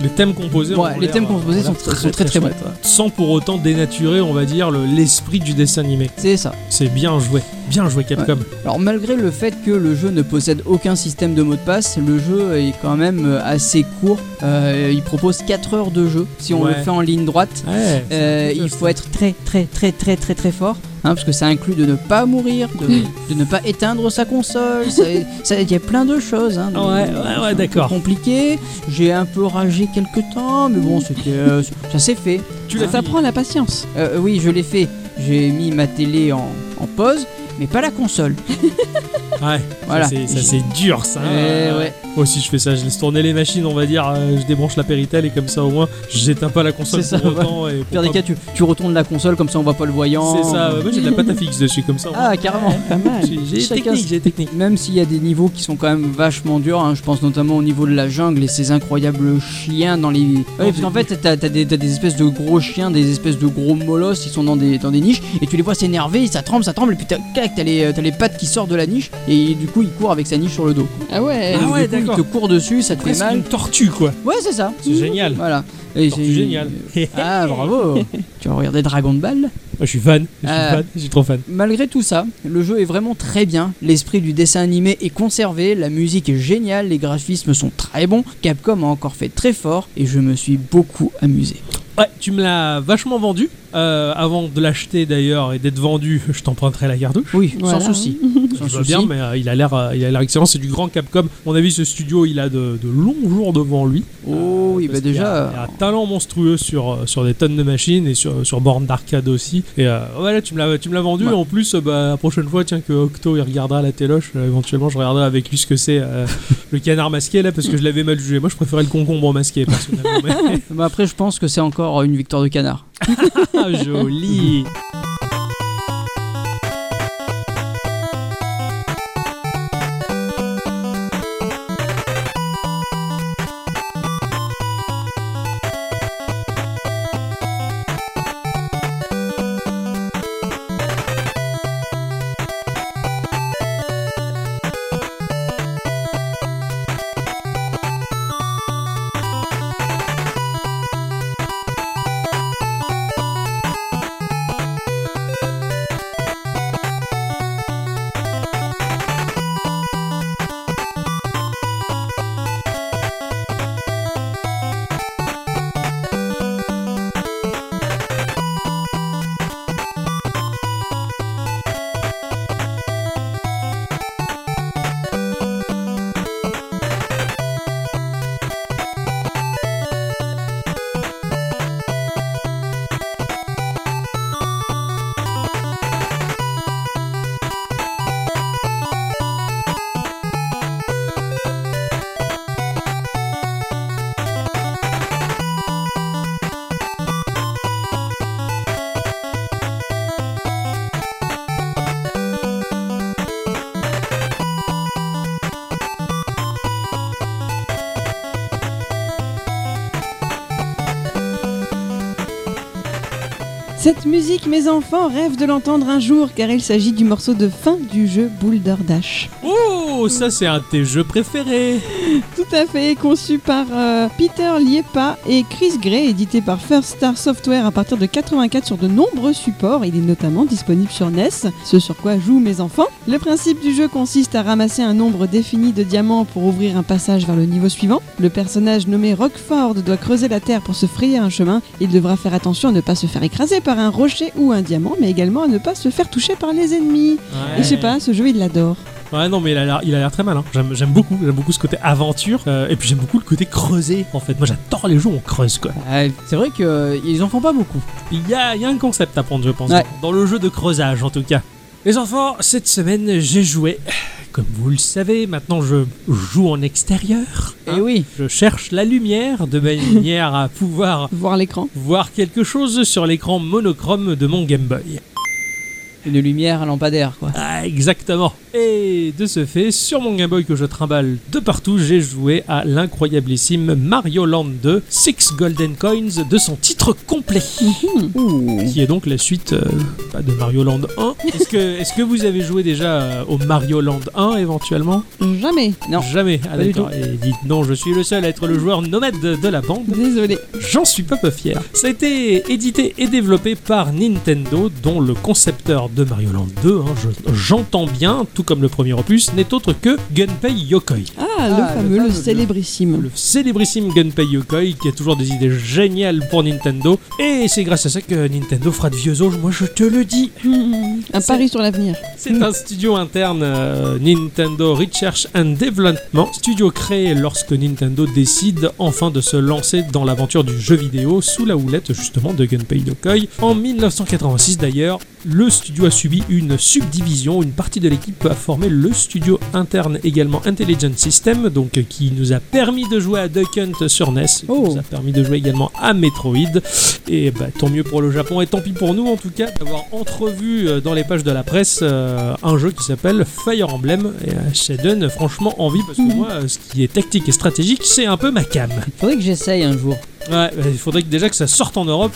Speaker 1: Les thèmes composés.
Speaker 3: ouais,
Speaker 1: ont
Speaker 3: les
Speaker 1: l'air- euh,
Speaker 3: thèmes composés
Speaker 1: ont
Speaker 3: sont,
Speaker 1: l'air
Speaker 3: tr- sont très très, bons.
Speaker 1: chouettes. Sans pour autant dénaturer, on va dire, le- l'esprit du dessin animé.
Speaker 3: C'est ça.
Speaker 1: C'est bien joué. Bien joué, Capcom.
Speaker 3: Alors malgré le fait que le jeu ne possède aucun système de mot de passe, le jeu est quand même euh, assez court. Euh, il propose 4 heures de jeu si on le
Speaker 1: Ouais.
Speaker 3: fait en ligne droite.
Speaker 1: Ouais.
Speaker 3: Euh, il faut être très très très très très très fort. hein, parce que ça inclut de ne pas mourir,
Speaker 1: Hmm.
Speaker 3: de, de ne pas éteindre sa console, ça- ça- il y a plein de choses. hein, donc,
Speaker 1: Ouais, ouais,
Speaker 3: euh,
Speaker 1: ouais,
Speaker 3: c'est un peu
Speaker 1: d'accord.
Speaker 3: Compliqué, j'ai un peu ragé quelques temps, mais bon, c'était,
Speaker 1: (laughs)
Speaker 3: euh, ça s'est fait.
Speaker 1: Tu l'as
Speaker 2: Ça
Speaker 1: fait.
Speaker 2: prend la patience.
Speaker 3: Euh, oui, je l'ai fait, j'ai mis ma télé en, en pause, mais pas la console.
Speaker 1: Ouais.
Speaker 3: Voilà.
Speaker 1: Ça, c'est- ça, c'est Ah, dur, ça. hein.
Speaker 3: Eh ouais.
Speaker 1: Moi aussi, je fais ça. Je laisse tourner les machines, on va dire. euh, je débranche la Péritel et comme ça, au moins, j'éteins pas la console
Speaker 3: C'est ça,
Speaker 1: pour
Speaker 3: ouais.
Speaker 1: autant. et pour
Speaker 3: Pire des
Speaker 1: pas-
Speaker 3: cas, tu, tu retournes la console comme ça on voit pas le voyant.
Speaker 1: C'est ça. ouais, Moi, j'ai de la pâte à fixe dessus, comme ça. au moins.
Speaker 3: Ah, carrément.
Speaker 2: Pas mal.
Speaker 1: J'ai- j'ai
Speaker 3: chacun
Speaker 1: technique,
Speaker 3: se-
Speaker 1: j'ai technique.
Speaker 3: Même s'il y a des niveaux qui sont quand même vachement durs, hein, je pense notamment au niveau de la jungle et ces incroyables chiens dans les. Oui, parce qu'en fait, t'as t'as des, t'as des espèces de gros chiens, des espèces de gros molosses, ils sont dans des, dans des niches, et tu les vois s'énerver, ça tremble, ça tremble, et puis t'as clac, t'as les, t'as les pattes qui sortent de la niche, et du coup, il court avec sa niche sur le dos.
Speaker 2: Ah
Speaker 3: Et
Speaker 2: ouais.
Speaker 1: Ah
Speaker 3: du
Speaker 1: ouais,
Speaker 3: coup, il
Speaker 1: d'accord.
Speaker 3: te court dessus, ça te fait
Speaker 1: Presque
Speaker 3: mal.
Speaker 1: une tortue, quoi.
Speaker 3: Ouais, c'est ça.
Speaker 1: C'est génial.
Speaker 3: Voilà. Et
Speaker 1: Tortue génial.
Speaker 3: Ah, bravo. tu as regardé Dragon Ball
Speaker 1: (laughs) Moi, je suis fan. Je suis
Speaker 3: Ah.
Speaker 1: fan. Je suis trop fan.
Speaker 3: Malgré tout ça, le jeu est vraiment très bien, l'esprit du dessin animé est conservé, la musique est géniale, les graphismes sont très bons, Capcom a encore fait très fort et je me suis beaucoup amusé.
Speaker 1: Ouais, tu me l'as vachement vendu. Euh, avant de l'acheter d'ailleurs et d'être vendu, je t'emprunterai la cartouche.
Speaker 3: Oui,
Speaker 2: Voilà.
Speaker 3: sans souci.
Speaker 1: Je
Speaker 3: Sans
Speaker 1: vois
Speaker 3: souci.
Speaker 1: bien, mais euh, il a l'air, euh, il a l'air excellent. C'est du grand Capcom. À mon avis, ce studio, il a de, de longs jours devant lui.
Speaker 3: Oh oui,
Speaker 1: Parce
Speaker 3: bah
Speaker 1: qu'il y a-
Speaker 3: déjà,
Speaker 1: il y a
Speaker 3: euh,
Speaker 1: un talent monstrueux sur euh, sur des tonnes de machines et sur sur borne d'arcade aussi. Et euh, voilà, tu me l'as, tu me l'as vendu.
Speaker 3: Ouais.
Speaker 1: En plus, euh, bah, la prochaine fois, tiens que Octo il regardera la téloche, euh, éventuellement, je regarderai avec lui ce que c'est
Speaker 3: (laughs)
Speaker 1: euh, le canard masqué là, parce que je l'avais mal jugé. Moi, je préférais le concombre masqué personnellement. mais- (laughs)
Speaker 3: (laughs) bah après je pense que c'est encore une victoire de canard.
Speaker 1: Ah, joli
Speaker 2: Cette musique, mes enfants rêvent de l'entendre un jour car il s'agit du morceau de fin du jeu Boulder Dash.
Speaker 1: Oh, ça c'est un de tes jeux préférés.
Speaker 2: Tout à fait, conçu par euh, Peter Liepa et Chris Gray, édité par First Star Software à partir de 84 sur de nombreux supports. Il est notamment disponible sur NES, ce sur quoi jouent mes enfants. Le principe du jeu consiste à ramasser un nombre défini de diamants pour ouvrir un passage vers le niveau suivant. Le personnage nommé Rockford doit creuser la terre pour se frayer un chemin. Il devra faire attention à ne pas se faire écraser par un rocher ou un diamant, mais également à ne pas se faire toucher par les ennemis. Et je sais pas, ce jeu il l'adore.
Speaker 1: Ouais, non, mais il a l'air, il a l'air très malin. J'aime, j'aime beaucoup, j'aime beaucoup ce côté aventure. euh, et puis j'aime beaucoup le côté creusé. En fait, moi j'adore les jeux où on creuse quoi.
Speaker 3: Ah, c'est vrai qu'ils en font pas beaucoup.
Speaker 1: Il y a, il y a un concept à prendre, je pense,
Speaker 3: Ouais.
Speaker 1: dans le jeu de creusage en tout cas. Les enfants, cette semaine j'ai joué. Comme vous le savez, maintenant je joue en extérieur. hein.
Speaker 3: Et Eh oui.
Speaker 1: Je cherche la lumière de manière
Speaker 2: (laughs)
Speaker 1: à pouvoir
Speaker 2: Voir l'écran.
Speaker 1: voir quelque chose sur l'écran monochrome de mon Game Boy.
Speaker 3: Une lumière à lampadaire, quoi.
Speaker 1: Ah, exactement. Et de ce fait, sur mon Game Boy que je trimballe de partout, j'ai joué à l'incroyablissime Mario Land 2 Six Golden Coins de son titre complet,
Speaker 3: Mhm.
Speaker 1: qui est donc la suite euh, bah, de Mario Land 1. Est-ce que, est-ce que vous avez joué déjà euh, au Mario Land 1 éventuellement
Speaker 2: Jamais.
Speaker 3: Non.
Speaker 1: Jamais. Ah,
Speaker 3: Pas du
Speaker 1: d'accord. Et dites non, je suis le seul à être le joueur nomade de- de la bande.
Speaker 2: Désolé.
Speaker 1: J'en suis pas peu fier. Ça a été édité et développé par Nintendo, dont le concepteur de Mario Land 2, hein, je- j'entends bien, tout comme le premier opus, n'est autre que Gunpei Yokoi.
Speaker 2: Ah,
Speaker 3: le
Speaker 2: le fameux, le,
Speaker 3: fameux, le-
Speaker 2: célébrissime.
Speaker 1: Le célébrissime Gunpei Yokoi qui a toujours des idées géniales pour Nintendo. Et c'est grâce à ça que Nintendo fera de vieux os, moi je te le dis.
Speaker 2: Mhm. Un
Speaker 1: C'est-
Speaker 2: pari sur l'avenir.
Speaker 1: C'est un studio interne euh, Nintendo Research and Development, studio créé lorsque Nintendo décide enfin de se lancer dans l'aventure du jeu vidéo sous la houlette justement de Gunpei Yokoi. En 1986 d'ailleurs, le studio a subi une subdivision, une partie de l'équipe a formé le studio interne également Intelligent System, donc euh, qui nous a permis de jouer à Duck Hunt sur NES, qui
Speaker 3: Oh.
Speaker 1: nous a permis de jouer également à Metroid, et bah, tant mieux pour le Japon et tant pis pour nous en tout cas d'avoir entrevu euh, dans les pages de la presse euh, un jeu qui s'appelle Fire Emblem et euh, ça donne franchement envie parce que moi euh, ce qui est tactique et stratégique c'est un peu ma cam.
Speaker 3: Faudrait que j'essaye un jour.
Speaker 1: Ouais, bah, il faudrait que déjà que ça sorte en Europe.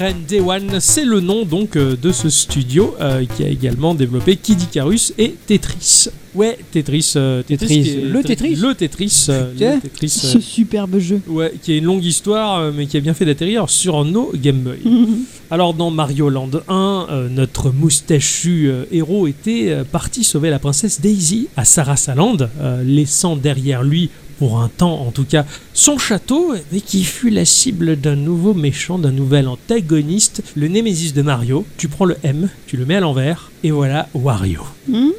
Speaker 1: RND1, c'est le nom donc euh, de ce studio euh, qui a également développé Kid Icarus et Tetris. Ouais, Tetris, euh,
Speaker 3: Tetris,
Speaker 1: qui est-
Speaker 3: le Tetris
Speaker 1: le Tetris, euh,
Speaker 3: Putain.
Speaker 1: le Tetris, euh,
Speaker 2: Ce superbe jeu.
Speaker 1: ouais, qui est une longue histoire euh, mais qui a bien fait d'atterrir sur nos Game Boy. Alors dans Mario Land 1, euh, notre moustachu euh, héros était euh, parti sauver la princesse Daisy à Sarasaland, euh, laissant derrière lui, pour un temps en tout cas, son château, mais qui fut la cible d'un nouveau méchant, d'un nouvel antagoniste, le némésis de Mario. Tu prends le M, tu le mets à l'envers, et voilà Wario.
Speaker 3: Putain,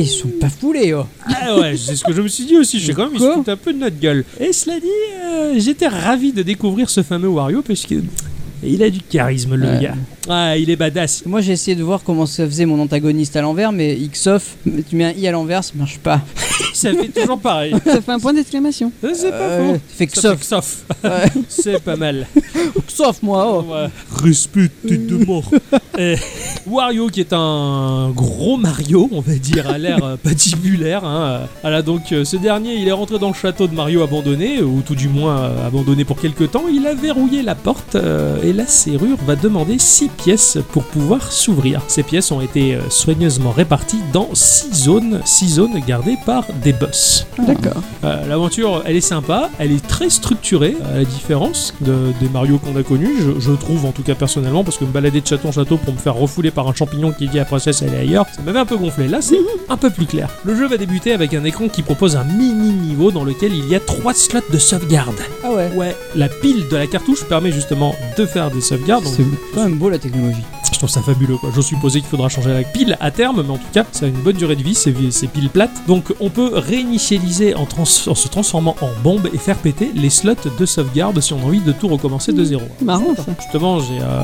Speaker 3: ils sont pas foulés, oh.
Speaker 1: Ah ouais, c'est ce que je me suis dit aussi. Je sais quand même, ils se
Speaker 3: Quoi
Speaker 1: foutent un peu de notre gueule. Et cela dit, euh, j'étais ravi de découvrir ce fameux Wario parce que il a du charisme, le
Speaker 3: Ouais.
Speaker 1: gars. Ah, il est badass.
Speaker 3: Moi, j'ai essayé de voir comment ça faisait mon antagoniste à l'envers, mais Xof, tu mets un i à l'envers, ça marche pas.
Speaker 1: Ça fait toujours
Speaker 3: (laughs)
Speaker 1: pareil.
Speaker 2: Ça fait un point d'exclamation.
Speaker 1: Ça, C'est pas
Speaker 3: Euh,
Speaker 1: faux.
Speaker 3: Fait
Speaker 1: Ça fait
Speaker 3: Xof.
Speaker 1: Xof.
Speaker 3: Ouais.
Speaker 1: (laughs) C'est pas mal.
Speaker 3: Xof, moi, oh.
Speaker 1: Ouais. Respect, tête de (laughs) mort. Eh, Wario, qui est un gros Mario, on va dire, à l'air euh, patibulaire. Hein. Voilà, donc euh, ce dernier, il est rentré dans le château de Mario abandonné, ou tout du moins euh, abandonné pour quelque temps. Il a verrouillé la porte euh, et la serrure va demander 6 pièces pour pouvoir s'ouvrir. Ces pièces ont été euh, soigneusement réparties dans 6 zones, 6 zones gardées par des boss.
Speaker 2: D'accord.
Speaker 1: Euh, L'aventure, elle est sympa, elle est très structurée, à la différence de- des Mario qu'on a connus, je, je trouve en tout cas personnellement, parce que me balader de château en château pour me faire refouler par un champignon qui dit à la princesse elle est ailleurs, ça m'avait un peu gonflé. Là, c'est un peu plus clair. Le jeu va débuter avec un écran qui propose un mini niveau dans lequel il y a trois slots de sauvegarde.
Speaker 3: Ah ouais.
Speaker 1: Ouais, la pile de la cartouche permet justement de faire des sauvegardes. donc
Speaker 3: C'est quand même beau la technologie.
Speaker 1: je trouve ça fabuleux quoi. Je supposais qu'il faudra changer la pile à terme, mais en tout cas, ça a une bonne durée de vie, ces, ces piles plates. Donc on peut réinitialiser en, trans- en se transformant en bombe et faire péter les slots de sauvegarde si on a envie de tout recommencer de zéro.
Speaker 2: Mmh. Marrant ça.
Speaker 1: Justement, j'ai euh,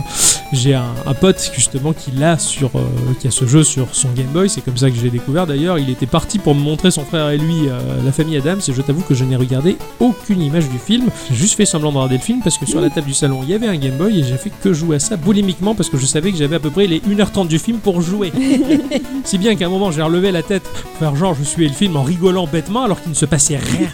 Speaker 1: j'ai un, un pote justement qui l'a sur euh, qui a ce jeu sur son Game Boy. C'est comme ça que je l'ai découvert. D'ailleurs, il était parti pour me montrer son frère et lui euh, la famille Adams. Et je t'avoue que je n'ai regardé aucune image du film. J'ai juste fait semblant de regarder le film parce que sur la table du salon il y avait un Game Boy et j'ai fait que jouer à ça boulimiquement parce que je savais que j'avais à peu près les 1h30 du film pour jouer. si bien qu'à un moment j'ai relevé la tête pour faire genre je suivais le film en rigolant bêtement alors qu'il ne se passait rien.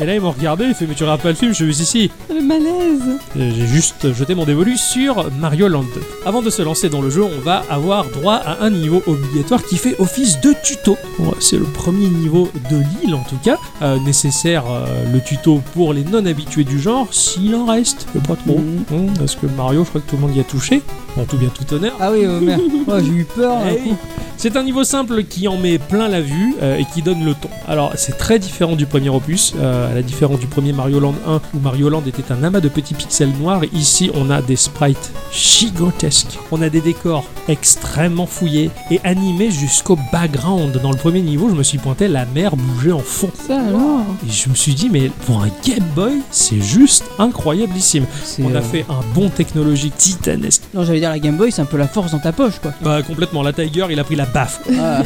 Speaker 1: Et là, ils m'ont regardé, ils fait Mais tu regardes pas le film Je suis ici.
Speaker 2: Le malaise.
Speaker 1: Euh, J'ai juste jeté mon dévolu sur Mario Land 2. Avant de se lancer dans le jeu, on va avoir droit à un niveau obligatoire qui fait office de tuto. Bon, C'est le premier niveau de l'île en tout cas. Euh, nécessaire euh, le tuto pour les non-habitués du genre, s'il en reste. Je sais pas trop.
Speaker 3: Mhm.
Speaker 1: Hum, parce que Mario, je crois que tout le monde y a touché. Bon, tout bien, tout honneur.
Speaker 3: Ah oui, Homer. (laughs) Oh, j'ai eu peur. d'un
Speaker 1: Eh
Speaker 3: coup.
Speaker 1: oui. C'est un niveau simple qui en met plein la vue euh, et qui donne le ton. Alors c'est très différent du premier opus, euh, à la différence du premier Mario Land 1 où Mario Land était un amas de petits pixels noirs, ici on a des sprites gigantesques, on a des décors extrêmement fouillés et animés jusqu'au background. Dans le premier niveau je me suis pointé, la mer bougeait en fond.
Speaker 2: Ça alors.
Speaker 1: Et je me suis dit mais pour un Game Boy c'est juste incroyablissime.
Speaker 3: C'est,
Speaker 1: On
Speaker 3: euh,
Speaker 1: a fait un bond technologique titanesque.
Speaker 3: Non, j'allais dire la Game Boy, c'est un peu la force dans ta poche, quoi.
Speaker 1: Bah complètement, la Tiger il a pris la baffe.
Speaker 3: Ah,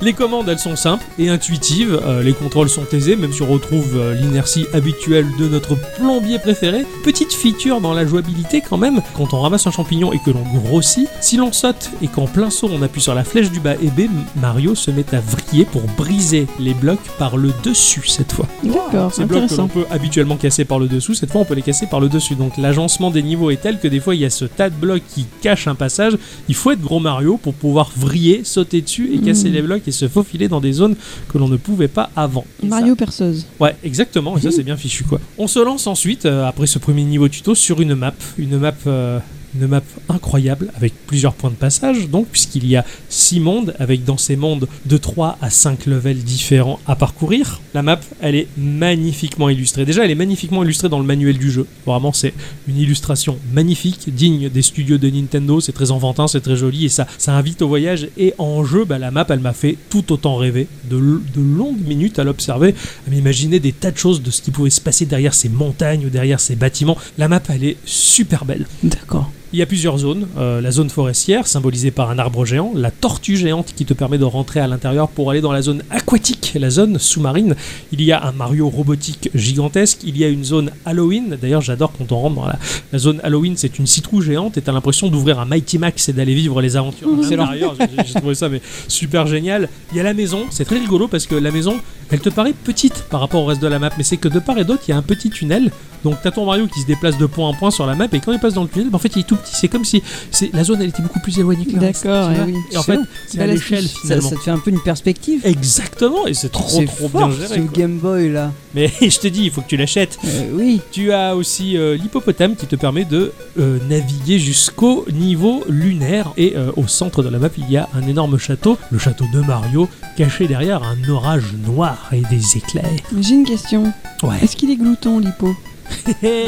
Speaker 1: Les commandes, elles sont simples et intuitives. euh, les contrôles sont aisés, même si on retrouve euh, l'inertie habituelle de notre plombier préféré. Petite feature dans la jouabilité quand même. Quand on ramasse un champignon et que l'on grossit, si l'on saute et qu'en plein saut on appuie sur la flèche du bas et B, Mario se met à vriller pour briser les blocs par le dessus cette fois.
Speaker 2: D'accord,
Speaker 1: Ces blocs que l'on
Speaker 2: intéressant.
Speaker 1: peut habituellement casser par le dessous, cette fois on peut les casser par le dessus. Donc l'agencement des niveaux est tel que des fois il y a ce tas de blocs qui cachent un passage. Il faut être gros Mario pour pouvoir vriller, sauter dessus et
Speaker 2: Hmm.
Speaker 1: casser les blocs et se faufiler dans des zones que l'on ne pouvait pas avant. Et ça,
Speaker 2: Mario perceuse.
Speaker 1: Ouais, exactement, et ça c'est bien fichu quoi. On se lance ensuite, euh, après ce premier niveau tuto, sur une map. Une map. euh, une map incroyable avec plusieurs points de passage, donc, puisqu'il y a 6 mondes, avec dans ces mondes de 3 à 5 levels différents à parcourir. La map, elle est magnifiquement illustrée. Déjà, elle est magnifiquement illustrée dans le manuel du jeu. Vraiment, c'est une illustration magnifique, digne des studios de Nintendo. C'est très enfantin, c'est très joli et ça, ça invite au voyage. Et en jeu, bah, la map, elle m'a fait tout autant rêver. De, l- de longues minutes à l'observer, à m'imaginer des tas de choses de ce qui pouvait se passer derrière ces montagnes ou derrière ces bâtiments. La map, elle est super belle.
Speaker 3: (laughs) D'accord.
Speaker 1: Il y a plusieurs zones. Euh, la zone forestière, symbolisée par un arbre géant, la tortue géante qui te permet de rentrer à l'intérieur pour aller dans la zone aquatique, la zone sous-marine. Il y a un Mario robotique gigantesque. Il y a une zone Halloween. D'ailleurs, j'adore quand on rentre dans la, la zone Halloween. C'est une citrouille géante et t'as l'impression d'ouvrir un Mighty Max et d'aller vivre les aventures
Speaker 3: Mhm.
Speaker 1: à l'intérieur. J'ai- J'ai trouvé ça mais super génial. Il y a la maison. C'est très rigolo parce que la maison, elle te paraît petite par rapport au reste de la map, mais c'est que de part et d'autre, il y a un petit tunnel donc t'as ton Mario qui se déplace de point en point sur la map et quand il passe dans le tunnel, bah, en fait il est tout petit. C'est comme si c'est la zone elle était beaucoup plus éloignée que le reste,
Speaker 2: D'accord,
Speaker 1: tu vois.
Speaker 2: eh oui.
Speaker 1: Et en fait, c'est à
Speaker 2: Belle
Speaker 1: l'échelle
Speaker 2: astuce.
Speaker 3: Ça,
Speaker 1: finalement.
Speaker 3: ça te fait un peu une perspective.
Speaker 1: Exactement, et c'est trop
Speaker 3: C'est
Speaker 1: trop
Speaker 3: fort,
Speaker 1: bien géré.
Speaker 3: ce
Speaker 1: quoi.
Speaker 3: Game Boy
Speaker 1: (laughs)
Speaker 3: là.
Speaker 1: Mais je te dis, il faut que tu l'achètes.
Speaker 3: Euh, oui.
Speaker 1: Tu as aussi euh, l'hippopotame qui te permet de euh, naviguer jusqu'au niveau lunaire. Et euh, au centre de la map, il y a un énorme château, le château de Mario, caché derrière un orage noir et des éclairs. (laughs)
Speaker 2: J'ai une question.
Speaker 1: Ouais.
Speaker 2: Est-ce qu'il est glouton, Lipo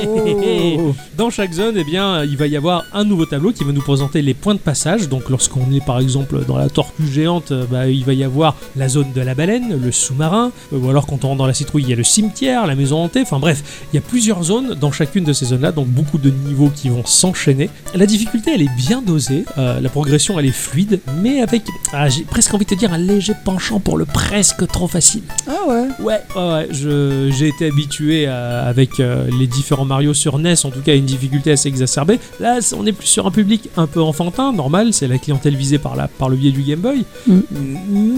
Speaker 3: Oh.
Speaker 1: Dans chaque zone, eh bien, il va y avoir un nouveau tableau qui va nous présenter les points de passage. Donc, lorsqu'on est par exemple dans la tortue géante, euh, bah, il va y avoir la zone de la baleine, le sous-marin, euh, ou alors quand on rentre dans la citrouille, il y a le cimetière, la maison hantée. Enfin bref, il y a plusieurs zones dans chacune de ces zones-là, donc beaucoup de niveaux qui vont s'enchaîner. La difficulté, elle est bien dosée, euh, la progression, elle est fluide, mais avec, ah, j'ai presque envie de te dire, un léger penchant pour le presque trop facile.
Speaker 3: Ah ouais.
Speaker 1: Ouais, ouais, ouais, je- j'ai été habitué à- avec euh, les différents Mario sur NES, en tout cas, à une difficulté assez exacerbée. Là, c- on est plus sur un public un peu enfantin, normal, c'est la clientèle visée par, la, par le biais du Game Boy.
Speaker 2: Mm.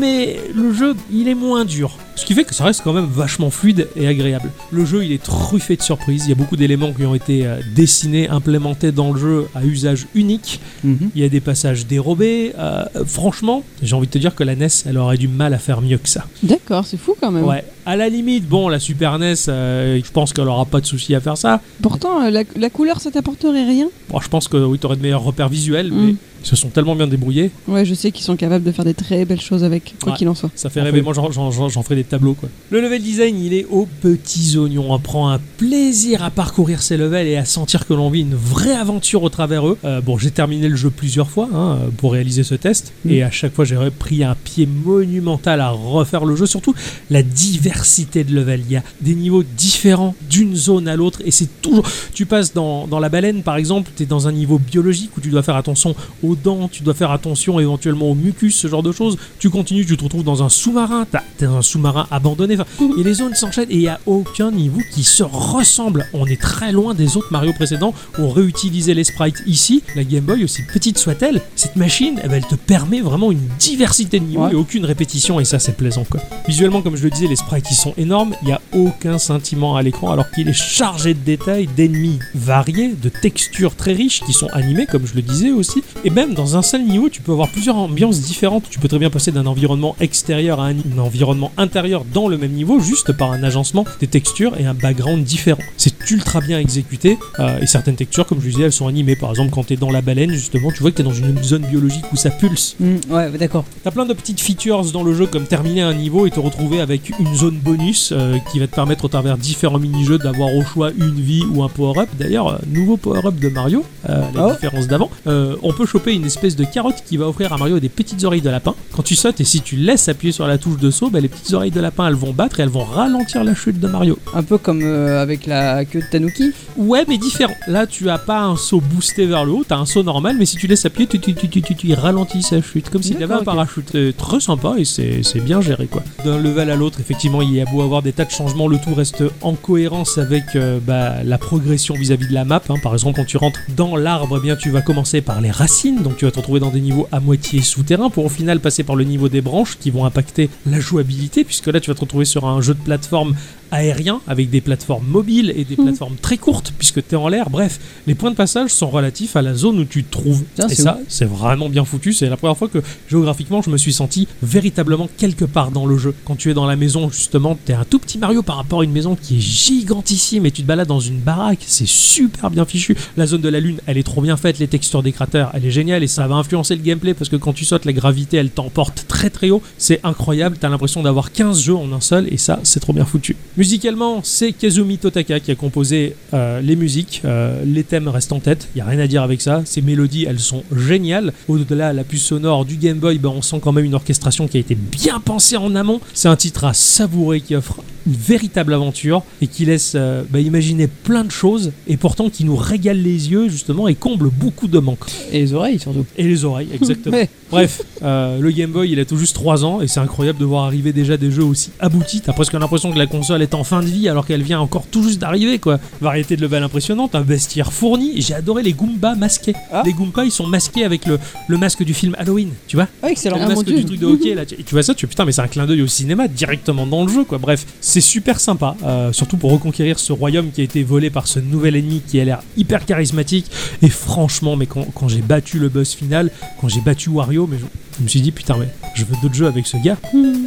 Speaker 1: Mais le jeu, il est moins dur. Ce qui fait que ça reste quand même vachement fluide et agréable. Le jeu, il est truffé de surprises. Il y a beaucoup d'éléments qui ont été euh, dessinés, implémentés dans le jeu à usage unique.
Speaker 3: Mhm.
Speaker 1: Il y a des passages dérobés. euh, franchement, j'ai envie de te dire que la NES, elle aurait du mal à faire mieux que ça.
Speaker 2: D'accord, c'est fou quand même.
Speaker 1: Ouais, à la limite, bon, la Super NES, euh, je pense qu'elle aura pas de souci à faire ça.
Speaker 2: Pourtant, euh, la, la couleur, ça t'apporterait rien
Speaker 1: Bon, je pense que oui, t'aurais de meilleurs repères visuels, mais
Speaker 2: Mm.
Speaker 1: ils se sont tellement bien débrouillés,
Speaker 2: Ouais, je sais qu'ils sont capables de faire des très belles choses avec, quoi
Speaker 1: Ouais.
Speaker 2: qu'il en soit.
Speaker 1: ça fait rêver. Moi, j'en- j'en j'en- j'en ferai des tableaux, quoi. Le level design, il est aux petits oignons. On prend un plaisir à parcourir ces levels et à sentir que l'on vit une vraie aventure au travers eux. Euh, bon, j'ai terminé le jeu plusieurs fois hein, pour réaliser ce test,
Speaker 3: Mm.
Speaker 1: et à chaque fois, j'ai pris un pied monumental à refaire le jeu, surtout la diversité de level. Il y a des niveaux différents d'une zone à l'autre et c'est toujours. Tu passes dans, dans la baleine par exemple, tu es dans un niveau biologique où tu dois faire attention aux aux dents, tu dois faire attention éventuellement au mucus, ce genre de choses. Tu continues, tu te retrouves dans un sous-marin, t'as- t'es dans un sous-marin abandonné. Enfin, et les zones s'enchaînent et il n'y a aucun niveau qui se ressemble. On est très loin des autres Mario précédents. On réutilisait les sprites ici. La Game Boy, aussi petite soit-elle, cette machine, eh ben, elle te permet vraiment une diversité de niveaux
Speaker 3: Ouais.
Speaker 1: et aucune répétition. Et ça, c'est plaisant. Quoi. Visuellement, comme je le disais, les sprites ils sont énormes. Il n'y a aucun sentiment à l'écran alors qu'il est chargé de détails, d'ennemis variés, de textures très riches qui sont animées, comme je le disais aussi. Et même dans un seul niveau, tu peux avoir plusieurs ambiances différentes. Tu peux très bien passer d'un environnement extérieur à un, un environnement intérieur dans le même niveau, juste par un agencement des textures et un background différent. C'est ultra bien exécuté euh, et certaines textures, comme je le disais, elles sont animées. Par exemple, quand tu es dans la baleine, justement, tu vois que tu es dans une zone biologique où ça pulse.
Speaker 3: Hmm, ouais, d'accord.
Speaker 1: T'as plein de petites features dans le jeu comme terminer un niveau et te retrouver avec une zone bonus euh, qui va te permettre au travers différents mini-jeux d'avoir au choix une vie ou un power-up. D'ailleurs, euh, nouveau power-up de Mario, euh, la
Speaker 3: Ah ouais
Speaker 1: différence d'avant, euh, on peut choper une espèce de carotte qui va offrir à Mario des petites oreilles de lapin. Quand tu sautes et si tu laisses appuyer sur la touche de saut, bah, les petites oreilles de lapin elles vont battre et elles vont ralentir la chute de Mario.
Speaker 3: Un peu comme euh, avec la queue de Tanuki.
Speaker 1: Ouais, mais différent. Là, tu as pas un saut boosté vers le haut, t'as un saut normal, mais si tu laisses appuyer, tu, tu, tu, tu, tu, tu- il ralentit sa chute, comme s'il y avait
Speaker 3: D'accord,
Speaker 1: un
Speaker 3: ok.
Speaker 1: parachute. Euh, très sympa et c'est c'est bien géré, quoi. D'un level à l'autre, effectivement, il y a beau avoir des tas de changements, le tout reste en cohérence avec euh, bah, la progression vis-à-vis de la map. hein. Par exemple, quand tu rentres dans l'arbre, eh bien tu vas commencer par les racines, donc tu vas te retrouver dans des niveaux à moitié souterrains pour au final passer par le niveau des branches qui vont impacter la jouabilité, puisque là, tu vas te retrouver sur un jeu de plateforme aérien avec des plateformes mobiles et
Speaker 3: Mhm.
Speaker 1: des plateformes très courtes puisque tu es en l'air. Bref, les points de passage sont relatifs à la zone où tu te trouves.
Speaker 3: Tiens,
Speaker 1: et
Speaker 3: c'est
Speaker 1: ça, c'est vraiment bien foutu. C'est la première fois que géographiquement, je me suis senti véritablement quelque part dans le jeu. Quand tu es dans la maison, justement, tu es un tout petit Mario par rapport à une maison qui est gigantissime et tu te balades dans une baraque. C'est super bien fichu. La zone de la lune, elle est trop bien faite. Les textures des cratères, elle est géniale et ça va influencer le gameplay parce que quand tu sautes, la gravité, elle t'emporte très très haut. C'est incroyable. T'as l'impression d'avoir 15 jeux en un seul et ça, c'est trop bien foutu. Musicalement, c'est Kazumi Totaka qui a composé euh, les musiques. Euh, les thèmes restent en tête. Il y a rien à dire avec ça. Ces mélodies, elles sont géniales. Au-delà, la puce sonore du Game Boy, ben, on sent quand même une orchestration qui a été bien pensée en amont. C'est un titre à savourer qui offre une véritable aventure et qui laisse euh, bah, imaginer plein de choses et pourtant qui nous régale les yeux justement et comble beaucoup de manques.
Speaker 3: Et les oreilles surtout.
Speaker 1: Et les oreilles,
Speaker 3: (laughs)
Speaker 1: exactement.
Speaker 3: Ouais.
Speaker 1: Bref, euh, le Game Boy, il a tout juste 3 ans et c'est incroyable de voir arriver déjà des jeux aussi aboutis. T'as presque l'impression que la console est en fin de vie alors qu'elle vient encore tout juste d'arriver, quoi. Variété de level impressionnante, un bestiaire fourni. J'ai adoré les Goombas masqués.
Speaker 3: Ah.
Speaker 1: Les Goombas, ils sont masqués avec le, le masque du film Halloween, tu vois
Speaker 3: Ah, excellent.
Speaker 1: le
Speaker 2: Ah, mon
Speaker 1: masque
Speaker 2: Dieu.
Speaker 1: du truc de hockey là, tu, tu vois ça, tu putain mais c'est un clin d'œil au cinéma directement dans le jeu quoi. Bref, c'est super sympa, euh, surtout pour reconquérir ce royaume qui a été volé par ce nouvel ennemi qui a l'air hyper charismatique. Et franchement, mais quand, quand j'ai battu le boss final, quand j'ai battu Wario, mais je, je me suis dit putain mais je veux d'autres jeux avec ce gars.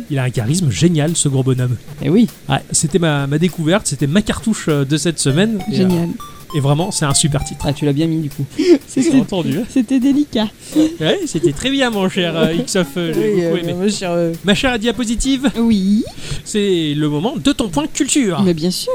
Speaker 1: Il a un charisme génial ce gros bonhomme.
Speaker 3: Et oui.
Speaker 1: Ah, c'était ma, ma découverte, c'était ma cartouche euh, de cette semaine. Et, euh,
Speaker 2: Génial.
Speaker 1: Et, vraiment, c'est un super titre.
Speaker 3: Ah, tu l'as bien mis du coup.
Speaker 1: J'ai
Speaker 2: C'était-
Speaker 1: entendu. hein.
Speaker 2: C'était délicat.
Speaker 1: Ouais, c'était très bien mon cher euh, XOF, euh, j'ai beaucoup aimé.
Speaker 3: euh,
Speaker 1: Ma chère diapositive.
Speaker 2: Oui,
Speaker 1: C'est le moment de ton point culture.
Speaker 2: mais bien sûr.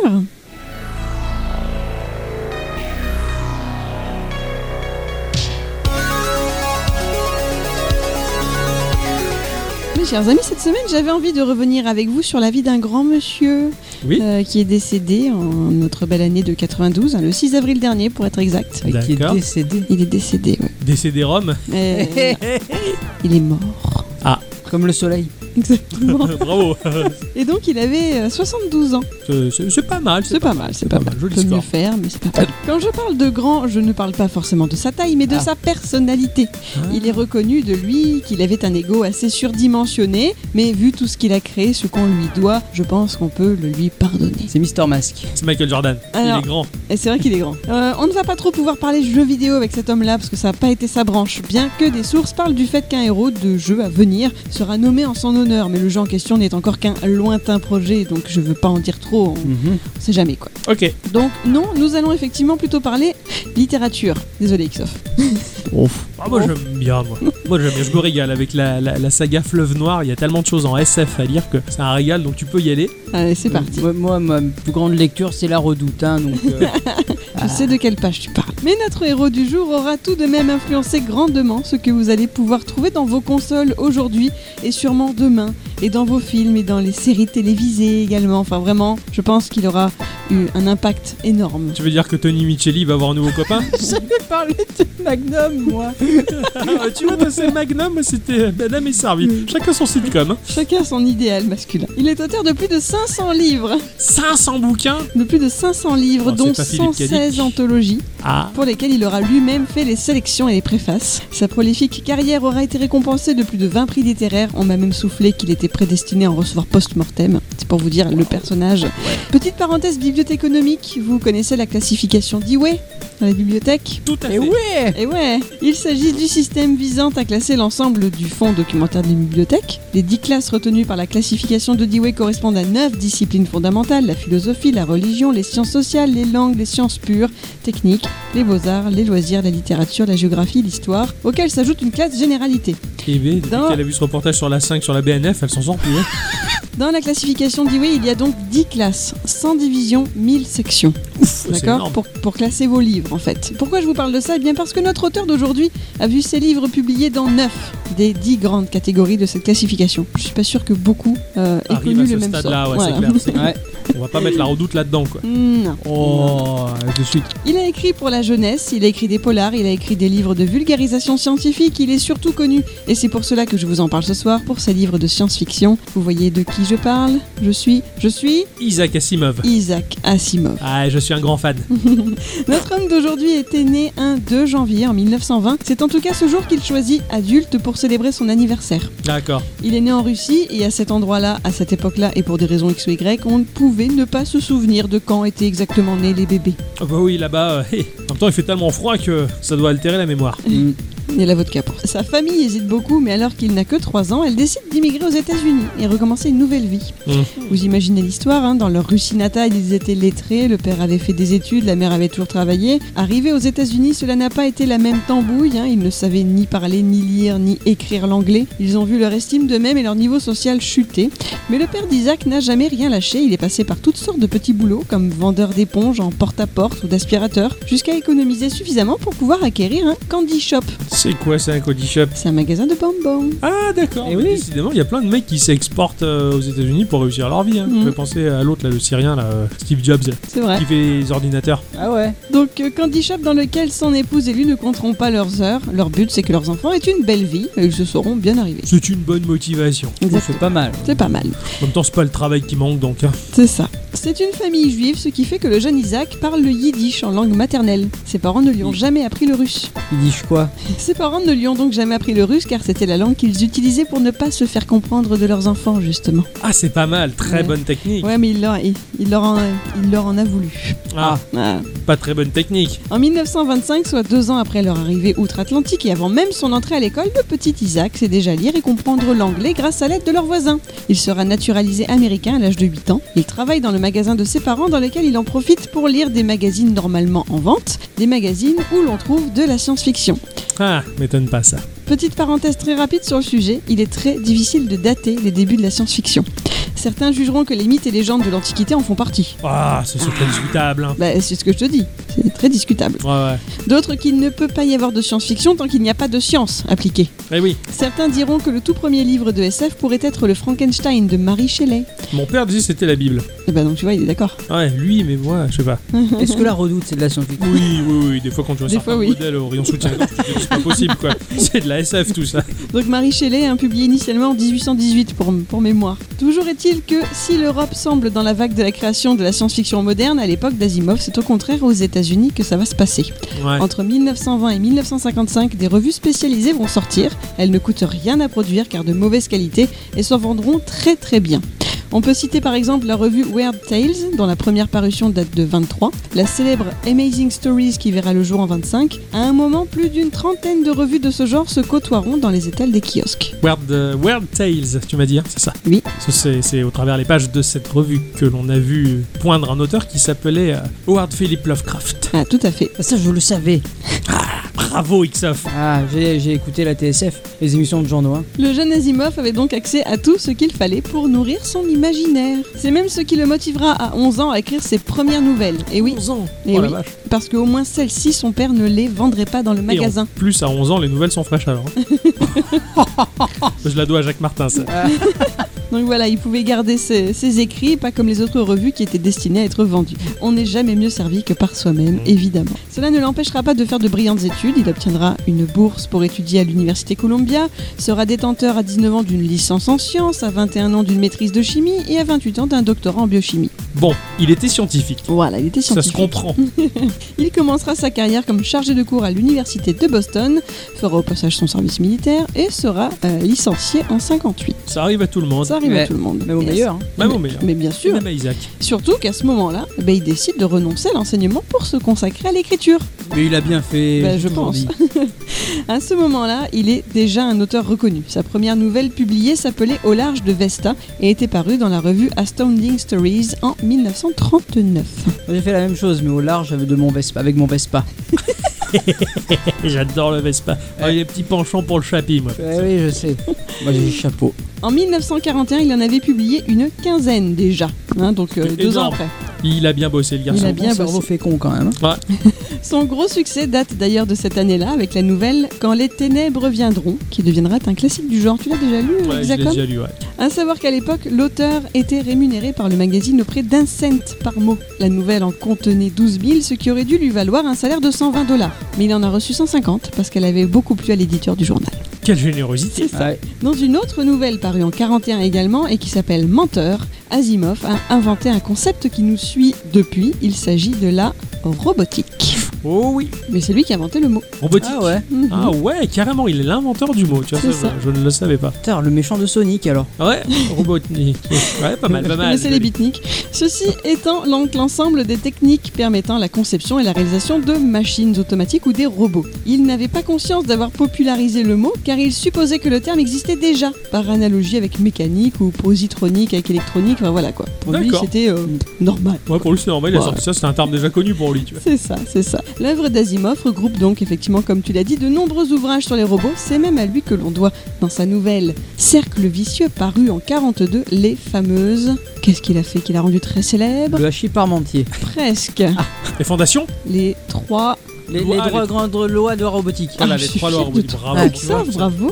Speaker 2: Mes chers amis, cette semaine, j'avais envie de revenir avec vous sur la vie d'un grand monsieur
Speaker 1: Oui.
Speaker 2: euh, qui est décédé en notre belle année de 92, hein, le 6 avril dernier pour être exact.
Speaker 3: Qui est
Speaker 1: D'accord. Oh.
Speaker 3: décédé.
Speaker 2: Il est décédé, ouais.
Speaker 1: Décédé Rome. (laughs)
Speaker 3: (laughs)
Speaker 2: Euh, il est mort.
Speaker 3: Comme le soleil.
Speaker 2: Exactement.
Speaker 1: Bravo.
Speaker 2: Et donc, il avait euh, 72 ans.
Speaker 1: C'est- C'est c'est pas mal.
Speaker 2: C'est pas mal, c'est pas, mal.
Speaker 1: Jolie
Speaker 2: Peut
Speaker 1: histoire.
Speaker 2: mieux faire, mais c'est pas mal. Quand je parle de grand, je ne parle pas forcément de sa taille, mais de
Speaker 3: Ah.
Speaker 2: sa personnalité.
Speaker 1: Ah.
Speaker 2: Il est reconnu de lui qu'il avait un ego assez surdimensionné, mais vu tout ce qu'il a créé, ce qu'on lui doit, je pense qu'on peut le lui pardonner.
Speaker 3: C'est Mister Mask.
Speaker 1: C'est Michael Jordan. Il
Speaker 2: Alors.
Speaker 1: est grand.
Speaker 2: Et c'est vrai qu'il est grand. Euh, on ne va pas trop pouvoir parler jeux vidéo avec cet homme-là parce que ça n'a pas été sa branche, bien que des sources parlent du fait qu'un héros de jeu à venir sera nommé en son honneur, mais le jeu en question n'est encore qu'un lointain projet, donc je veux pas en dire trop, on on sait jamais quoi.
Speaker 1: Ok.
Speaker 2: Donc non, nous allons effectivement plutôt parler littérature. Désolé Xof.
Speaker 1: Ah, moi j'aime bien moi. moi j'aime bien. Je me régale avec la, la- la saga Fleuve Noir. Il y a tellement de choses en SF à lire que c'est un régal. Donc tu peux y aller.
Speaker 2: Allez, c'est parti.
Speaker 3: Ouais, Euh, moi, ma plus grande lecture, c'est La Redoute. hein, donc,
Speaker 2: (laughs)
Speaker 3: euh,
Speaker 2: Je sais de quelle page tu parles. Mais notre héros du jour aura tout de même influencé grandement ce que vous allez pouvoir trouver dans vos consoles aujourd'hui et sûrement demain. et dans vos films et dans les séries télévisées également. Enfin vraiment, je pense qu'il aura eu un impact énorme.
Speaker 1: Tu veux dire que Tony Micheli va avoir un nouveau
Speaker 2: (laughs)
Speaker 1: copain
Speaker 3: J'avais parlé de Magnum, moi.
Speaker 1: Ah, Tu vois, c'est Magnum, c'était Madame et
Speaker 2: Mm.
Speaker 1: Servie. Chacun son sitcom. hein.
Speaker 2: Chacun son idéal masculin. Il est auteur de plus de 500 livres,
Speaker 1: 500 bouquins
Speaker 2: de plus de 500 livres,
Speaker 1: Oh, c'est
Speaker 2: dont
Speaker 1: pas Philippe Cadic.
Speaker 2: 116 anthologies.
Speaker 1: Ah
Speaker 2: pour lesquels il aura lui-même fait les sélections et les préfaces. Sa prolifique carrière aura été récompensée de plus de 20 prix littéraires. On m'a même soufflé qu'il était prédestiné à en recevoir post-mortem. C'est pour vous dire le personnage. Petite parenthèse bibliothéconomique, vous connaissez la classification d'Iwe dans les bibliothèques
Speaker 1: Tout à fait.
Speaker 3: Et ouais
Speaker 2: et Eh ouais, il s'agit du système visant à classer l'ensemble du fonds documentaire d'une bibliothèque. Les dix classes retenues par la classification de Dewey correspondent à neuf disciplines fondamentales la philosophie, la religion, les sciences sociales, les langues, les sciences pures, techniques, les beaux-arts, les loisirs, la littérature, la géographie, l'histoire, auxquelles s'ajoute une classe généralité.
Speaker 1: Et bien, depuis
Speaker 2: Dans-
Speaker 1: qu'elle a vu ce reportage sur la 5 sur la BNF, elle s'en sort plus. hein.
Speaker 2: Dans la classification Dewey, il y a donc 10 classes, 100 divisions, 1000 sections.
Speaker 1: Oh, C'est
Speaker 2: D'accord
Speaker 1: énorme.
Speaker 2: pour, pour classer vos livres en fait. Pourquoi je vous parle de ça Eh bien parce que notre auteur d'aujourd'hui a vu ses livres publiés dans 9 des 10 grandes catégories de cette classification. Je suis pas sûr que beaucoup euh, aient
Speaker 1: Arrive
Speaker 2: connu
Speaker 1: à
Speaker 2: le
Speaker 1: ce
Speaker 2: même sort.
Speaker 1: stade-là, ouais,
Speaker 2: Voilà.
Speaker 1: c'est clair. c'est clair.
Speaker 3: Ouais.
Speaker 1: On va pas mettre la redoute là-dedans, quoi.
Speaker 2: (laughs) Non.
Speaker 1: Oh, de suite.
Speaker 2: Il a écrit pour la jeunesse, il a écrit des polars, il a écrit des livres de vulgarisation scientifique, il est surtout connu, et c'est pour cela que je vous en parle ce soir, pour ses livres de science-fiction. Vous voyez de qui je parle Je suis, je suis
Speaker 1: Isaac Asimov.
Speaker 2: Isaac Asimov.
Speaker 1: Ah, je suis un grand fan.
Speaker 2: Notre homme d'aujourd'hui était né un 2 janvier en 1920. C'est en tout cas ce jour qu'il choisit adulte pour célébrer son anniversaire.
Speaker 1: D'accord.
Speaker 2: Il est né en Russie et à cet endroit-là, à cette époque-là, et pour des raisons X ou Y, on ne pouvait ne pas se souvenir de quand étaient exactement nés les bébés.
Speaker 1: Ah bah oui, là-bas, euh, (laughs) hé, en même temps, il fait tellement froid que ça doit altérer la mémoire.
Speaker 2: Et la vodka pour. Sa famille hésite beaucoup, mais alors qu'il n'a que 3 ans, elle décide d'immigrer aux États-Unis et recommencer une nouvelle vie.
Speaker 1: Mmh.
Speaker 2: Vous imaginez l'histoire, hein, dans leur Russie natale, ils étaient lettrés, le père avait fait des études, la mère avait toujours travaillé. Arrivé aux États-Unis, cela n'a pas été la même tambouille, hein, ils ne savaient ni parler, ni lire, ni écrire l'anglais. Ils ont vu leur estime d'eux-mêmes et leur niveau social chuter. Mais le père d'Isaac n'a jamais rien lâché, il est passé par toutes sortes de petits boulots, comme vendeur d'éponges en porte-à-porte ou d'aspirateur, jusqu'à économiser suffisamment pour pouvoir acquérir un candy shop.
Speaker 1: C'est quoi, c'est un Cody Shop
Speaker 2: C'est un magasin de bonbons.
Speaker 1: Ah, d'accord.
Speaker 3: Eh
Speaker 1: Mais
Speaker 3: oui.
Speaker 1: Décidément, il y a plein de mecs qui s'exportent euh, aux États-Unis pour réussir leur vie. Hein.
Speaker 2: Mhm.
Speaker 1: Je vais penser à l'autre, là, le Syrien, là, euh, Steve Jobs,
Speaker 2: C'est vrai.
Speaker 1: qui fait les ordinateurs.
Speaker 3: Ah ouais
Speaker 2: Donc, euh, Candy Shop, dans lequel son épouse et lui ne compteront pas leurs heures. Leur but, c'est que leurs enfants aient une belle vie et ils se seront bien arrivés.
Speaker 1: C'est une bonne motivation.
Speaker 3: C'est pas mal.
Speaker 2: C'est pas mal.
Speaker 1: En même temps, c'est pas le travail qui manque, donc. hein.
Speaker 2: C'est ça. C'est une famille juive, ce qui fait que le jeune Isaac parle le yiddish en langue maternelle. Ses parents ne lui ont jamais appris le russe.
Speaker 3: Il dit je quoi
Speaker 2: Ses parents ne lui ont donc jamais appris le russe car c'était la langue qu'ils utilisaient pour ne pas se faire comprendre de leurs enfants, justement.
Speaker 1: Ah, c'est pas mal. Très
Speaker 2: Ouais.
Speaker 1: bonne technique.
Speaker 2: Ouais, mais il leur, il, il leur, en, il leur en a voulu.
Speaker 1: Ah,
Speaker 2: Ah.
Speaker 1: pas très bonne technique.
Speaker 2: En 1925, soit deux ans après leur arrivée outre-Atlantique et avant même son entrée à l'école, le petit Isaac sait déjà lire et comprendre l'anglais grâce à l'aide de leurs voisins. Il sera naturalisé américain à l'âge de 8 ans. Il travaille dans le magasin de ses parents dans lequel il en profite pour lire des magazines normalement en vente, des magazines où l'on trouve de la science-fiction.
Speaker 1: Ah, m'étonne pas ça.
Speaker 2: Petite parenthèse très rapide sur le sujet, il est très difficile de dater les débuts de la science-fiction. Certains jugeront que les mythes et légendes de l'Antiquité en font partie.
Speaker 1: Ah, ça c'est pas discutable. Hein.
Speaker 2: Bah, c'est ce que je te dis, c'est très discutable.
Speaker 1: Ouais, ouais.
Speaker 2: D'autres qu'il ne peut pas y avoir de science-fiction tant qu'il n'y a pas de science appliquée.
Speaker 1: Eh oui,
Speaker 2: Certains diront que le tout premier livre de SF pourrait être le Frankenstein de Mary Shelley.
Speaker 1: mon père disait que c'était la Bible.
Speaker 2: Et bah donc tu vois, il est d'accord.
Speaker 1: Ouais, lui, mais moi, je sais pas.
Speaker 3: Est-ce que la redoute c'est de la science-fiction
Speaker 1: Oui, oui, oui, des fois quand tu vois
Speaker 2: Des
Speaker 1: certains
Speaker 2: fois, oui.
Speaker 1: modèles au rayon soutien, c'est pas possible quoi. C'est de la SF tout ça.
Speaker 2: Donc Mary Shelley, hein, publié initialement en 1818 pour, pour mémoire. Toujours est-il que si l'Europe semble dans la vague de la création de la science-fiction moderne, à l'époque d'Asimov, c'est au contraire aux États-Unis que ça va se passer.
Speaker 1: Ouais.
Speaker 2: Entre 1920 et 1955, des revues spécialisées vont sortir. Elles ne coûtent rien à produire car de mauvaise qualité et s'en vendront très très bien. On peut citer par exemple la revue Weird Tales, dont la première parution date de 23, la célèbre Amazing Stories qui verra le jour en 25. À un moment, plus d'une trentaine de revues de ce genre se côtoieront dans les étals des kiosques.
Speaker 1: Weird, euh, Weird Tales, tu m'as dit, hein, c'est ça
Speaker 2: Oui.
Speaker 1: Ça, C'est c'est au travers les pages de cette revue que l'on a vu poindre un auteur qui s'appelait euh, Howard Philip Lovecraft.
Speaker 2: Ah, tout à fait.
Speaker 3: Ça je le savais.
Speaker 1: Bravo XF
Speaker 3: Ah, j'ai j'ai écouté la TSF, les émissions de journaux. Hein.
Speaker 2: Le jeune Asimov avait donc accès à tout ce qu'il fallait pour nourrir son imaginaire. C'est même ce qui le motivera à 11 ans à écrire ses premières nouvelles. Et oui,
Speaker 1: 11 ans
Speaker 2: Eh
Speaker 1: Oh la
Speaker 2: oui.
Speaker 1: vache
Speaker 2: parce qu'au moins celle-ci, son père ne les vendrait pas dans le
Speaker 1: Et en
Speaker 2: magasin.
Speaker 1: plus, à
Speaker 2: (laughs)
Speaker 1: 11 ans, les nouvelles sont fraîches alors. hein. je la dois à Jacques Martin, ça.
Speaker 2: Donc voilà, il pouvait garder ses, ses écrits, pas comme les autres revues qui étaient destinées à être vendues. On n'est jamais mieux servi que par soi-même,
Speaker 1: Mm.
Speaker 2: évidemment. Cela ne l'empêchera pas de faire de brillantes études. Il obtiendra une bourse pour étudier à l'Université Columbia, sera détenteur à 19 ans d'une licence en sciences, à 21 ans d'une maîtrise de chimie et à 28 ans d'un doctorat en biochimie.
Speaker 1: Bon, il était scientifique.
Speaker 2: Voilà, il était
Speaker 1: Ça
Speaker 2: scientifique.
Speaker 1: se
Speaker 2: Mmh.
Speaker 1: comprend.
Speaker 2: Il commencera sa carrière comme chargé de cours à l'université de Boston, fera au passage son service militaire et sera euh, licencié en 58.
Speaker 1: Ça arrive à tout le monde.
Speaker 2: Ça arrive à
Speaker 3: Mais-
Speaker 2: tout le monde.
Speaker 3: Même au
Speaker 2: Et-
Speaker 3: meilleur. hein.
Speaker 1: Même au meilleur.
Speaker 2: Mais bien sûr,
Speaker 1: Même à Isaac.
Speaker 2: surtout qu'à ce moment-là, eh ben, il décide de renoncer à l'enseignement pour se consacrer à l'écriture.
Speaker 3: Mais il a bien fait.
Speaker 2: Bah,
Speaker 3: j'ai
Speaker 2: je
Speaker 3: toujours
Speaker 2: pense.
Speaker 3: dit.
Speaker 2: (laughs) À ce moment-là, il est déjà un auteur reconnu. Sa première nouvelle publiée s'appelait Au large de Vesta et était parue dans la revue Astounding Stories en 1939.
Speaker 3: J'ai fait la même chose, mais au large avec, de mon Vespa, avec mon Vespa.
Speaker 1: J'adore le Vespa. Oh, il est petit penchant pour le chapi, moi.
Speaker 3: Eh oui, je sais. Moi, j'ai le chapeau.
Speaker 2: En 1941, il en avait publié une quinzaine déjà, hein, donc euh,
Speaker 1: C'est
Speaker 2: deux ans
Speaker 1: énorme.
Speaker 2: après.
Speaker 1: Il a bien bossé, le
Speaker 2: Il
Speaker 1: garçon.
Speaker 2: a bien
Speaker 3: Mon cerveau
Speaker 2: bossé.
Speaker 3: fécond quand même. hein.
Speaker 2: Son gros succès date d'ailleurs de cette année-là avec la nouvelle Quand les ténèbres viendront, qui deviendra un classique du genre. Tu l'as déjà lu,
Speaker 1: Ouais, je l'ai
Speaker 2: Exacom
Speaker 1: déjà lu, ouais.
Speaker 2: À savoir qu'à l'époque, l'auteur était rémunéré par le magazine au prix d'un cent par mot. La nouvelle en contenait 12 000, ce qui aurait dû lui valoir un salaire de 120 dollars. Mais il en a reçu 150 parce qu'elle avait beaucoup plu à l'éditeur du journal.
Speaker 1: Quelle générosité.
Speaker 3: Ouais.
Speaker 2: Dans une autre nouvelle parue en 41 également et qui s'appelle Menteur, Asimov a inventé un concept qui nous suit depuis. Il s'agit de la robotique.
Speaker 3: Oh oui.
Speaker 2: Mais c'est lui qui a inventé le mot.
Speaker 1: Robotique.
Speaker 3: Ah ouais.
Speaker 2: Mhm.
Speaker 1: Ah ouais, carrément, il est l'inventeur du mot. Tu vois,
Speaker 2: C'est
Speaker 1: ça,
Speaker 2: ça.
Speaker 1: Je, je ne le savais pas.
Speaker 3: Putain, le méchant de Sonic alors.
Speaker 2: (laughs)
Speaker 1: Ouais, Robotnik. Ouais, pas mal, pas mal.
Speaker 2: Mais c'est les beatniks. Ceci étant donc l'ensemble des techniques permettant la conception et la réalisation de machines automatiques ou des robots. Il n'avait pas conscience d'avoir popularisé le mot car il supposait que le terme existait déjà, par analogie avec mécanique ou positronique avec électronique, enfin voilà quoi. Pour lui
Speaker 1: D'accord.
Speaker 2: c'était euh, normal.
Speaker 1: Ouais, pour lui, c'est normal, il a
Speaker 2: Ouais.
Speaker 1: sorti ça, c'est un terme déjà connu pour lui, tu vois.
Speaker 2: C'est ça, c'est ça. L'œuvre d'Asimov regroupe donc effectivement, comme tu l'as dit, de nombreux ouvrages sur les robots. C'est même à lui que l'on doit, dans sa nouvelle Cercle vicieux, parue en 42, les fameuses. Qu'est-ce qu'il a fait qu'il a rendu très célèbre
Speaker 3: Le hachis parmentier.
Speaker 2: Presque.
Speaker 1: Les fondations
Speaker 2: Les trois.
Speaker 3: Les, les
Speaker 1: Loi-
Speaker 3: trois grandes lois de la robotique.
Speaker 1: Voilà,
Speaker 2: Ah,
Speaker 1: les
Speaker 2: je suis
Speaker 1: trois lois
Speaker 2: fière de
Speaker 1: robotiques.
Speaker 2: toi.
Speaker 1: Bravo. tu vois,
Speaker 2: Ça, bravo,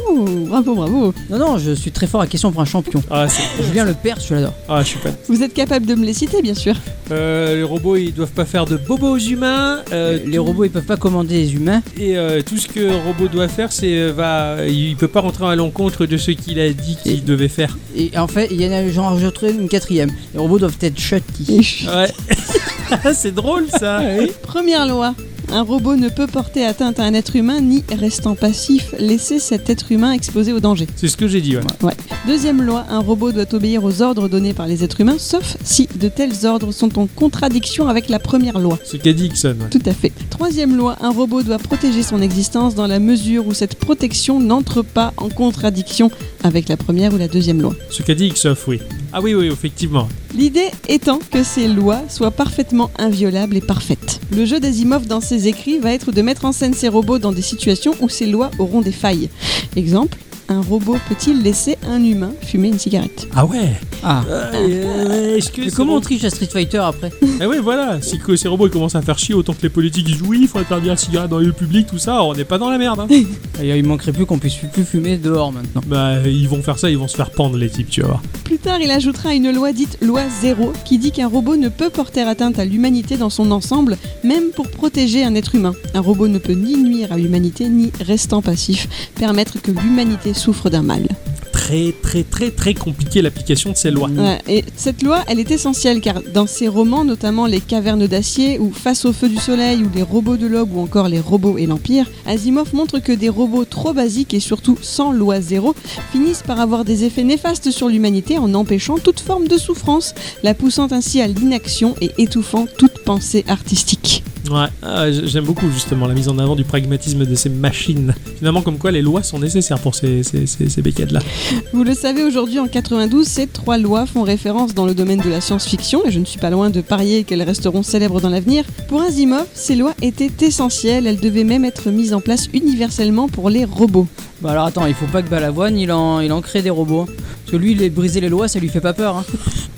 Speaker 2: bravo, bravo.
Speaker 3: Non, non, je suis très fort à question pour un champion.
Speaker 1: Ah, c'est-
Speaker 3: Je viens le perdre, je l'adore.
Speaker 1: ah, je suis pas.
Speaker 2: Vous êtes capable de me les citer, bien sûr.
Speaker 1: Euh, les robots, ils doivent pas faire de bobos aux humains. euh,
Speaker 3: les robots, ils peuvent pas commander les humains.
Speaker 1: Et euh, tout ce que le robot doit faire, c'est euh, va, il peut pas rentrer à l'encontre de ce qu'il a dit qu'il
Speaker 3: Et-
Speaker 1: devait faire.
Speaker 3: Et en fait, il y en a, j'en rajouterai une quatrième. Les robots doivent être châtis.
Speaker 1: Ouais. (laughs) c'est drôle ça.
Speaker 2: Première loi. Un robot ne peut porter atteinte à un être humain ni, restant passif, laisser cet être humain exposé au danger.
Speaker 1: C'est ce que j'ai dit. Ouais.
Speaker 2: Deuxième loi, un robot doit obéir aux ordres donnés par les êtres humains, sauf si de tels ordres sont en contradiction avec la première loi.
Speaker 1: Ce qu'a dit Ixon. ouais.
Speaker 2: Tout à fait. Troisième loi, un robot doit protéger son existence dans la mesure où cette protection n'entre pas en contradiction avec la première ou la deuxième loi.
Speaker 1: Ce qu'a dit Ixoff, oui. Ah oui, oui, effectivement.
Speaker 2: L'idée étant que ces lois soient parfaitement inviolables et parfaites. Le jeu d'Asimov dans ses écrits va être de mettre en scène ces robots dans des situations où ces lois auront des failles. Exemple, un robot peut-il laisser un humain fumer une cigarette
Speaker 1: Ah ouais.
Speaker 3: Ah.
Speaker 1: euh, est-ce que
Speaker 3: Mais comment on triche à Street Fighter après
Speaker 1: Eh ouais, voilà. Si que ces robots ils commencent à faire chier autant que les politiques ils disent oui, il faut interdire la cigarette dans les lieux publics, tout ça, on n'est pas dans la merde. hein.
Speaker 3: Et, euh, Il manquerait plus qu'on puisse plus fumer dehors maintenant.
Speaker 1: bah, ils vont faire ça, ils vont se faire pendre les types, tu vas voir.
Speaker 2: Plus tard, il ajoutera une loi dite loi zéro qui dit qu'un robot ne peut porter atteinte à l'humanité dans son ensemble, même pour protéger un être humain. Un robot ne peut ni nuire à l'humanité, ni, restant passif, permettre que l'humanité souffre d'un mal.
Speaker 1: Très, très, très, très compliqué l'application de ces lois.
Speaker 2: Ouais, et cette loi, elle est essentielle car dans ses romans, notamment Les Cavernes d'acier ou Face au feu du soleil ou Les robots de l'aube ou encore Les robots et l'Empire, Asimov montre que des robots trop basiques et surtout sans loi zéro finissent par avoir des effets néfastes sur l'humanité en empêchant toute forme de souffrance, la poussant ainsi à l'inaction et étouffant toute pensée artistique.
Speaker 1: Ouais, ah, j- j'aime beaucoup justement la mise en avant du pragmatisme de ces machines. Finalement, comme quoi les lois sont nécessaires pour ces, ces, ces, ces béquettes-là.
Speaker 2: Vous le savez, aujourd'hui en 92, ces trois lois font référence dans le domaine de la science-fiction, et je ne suis pas loin de parier qu'elles resteront célèbres dans l'avenir. Pour Asimov, ces lois étaient essentielles, elles devaient même être mises en place universellement pour les robots.
Speaker 3: Bah alors attends, il faut pas que Balavoine il en, il en crée des robots. Parce que lui, il a brisé les lois, ça lui fait pas peur. hein.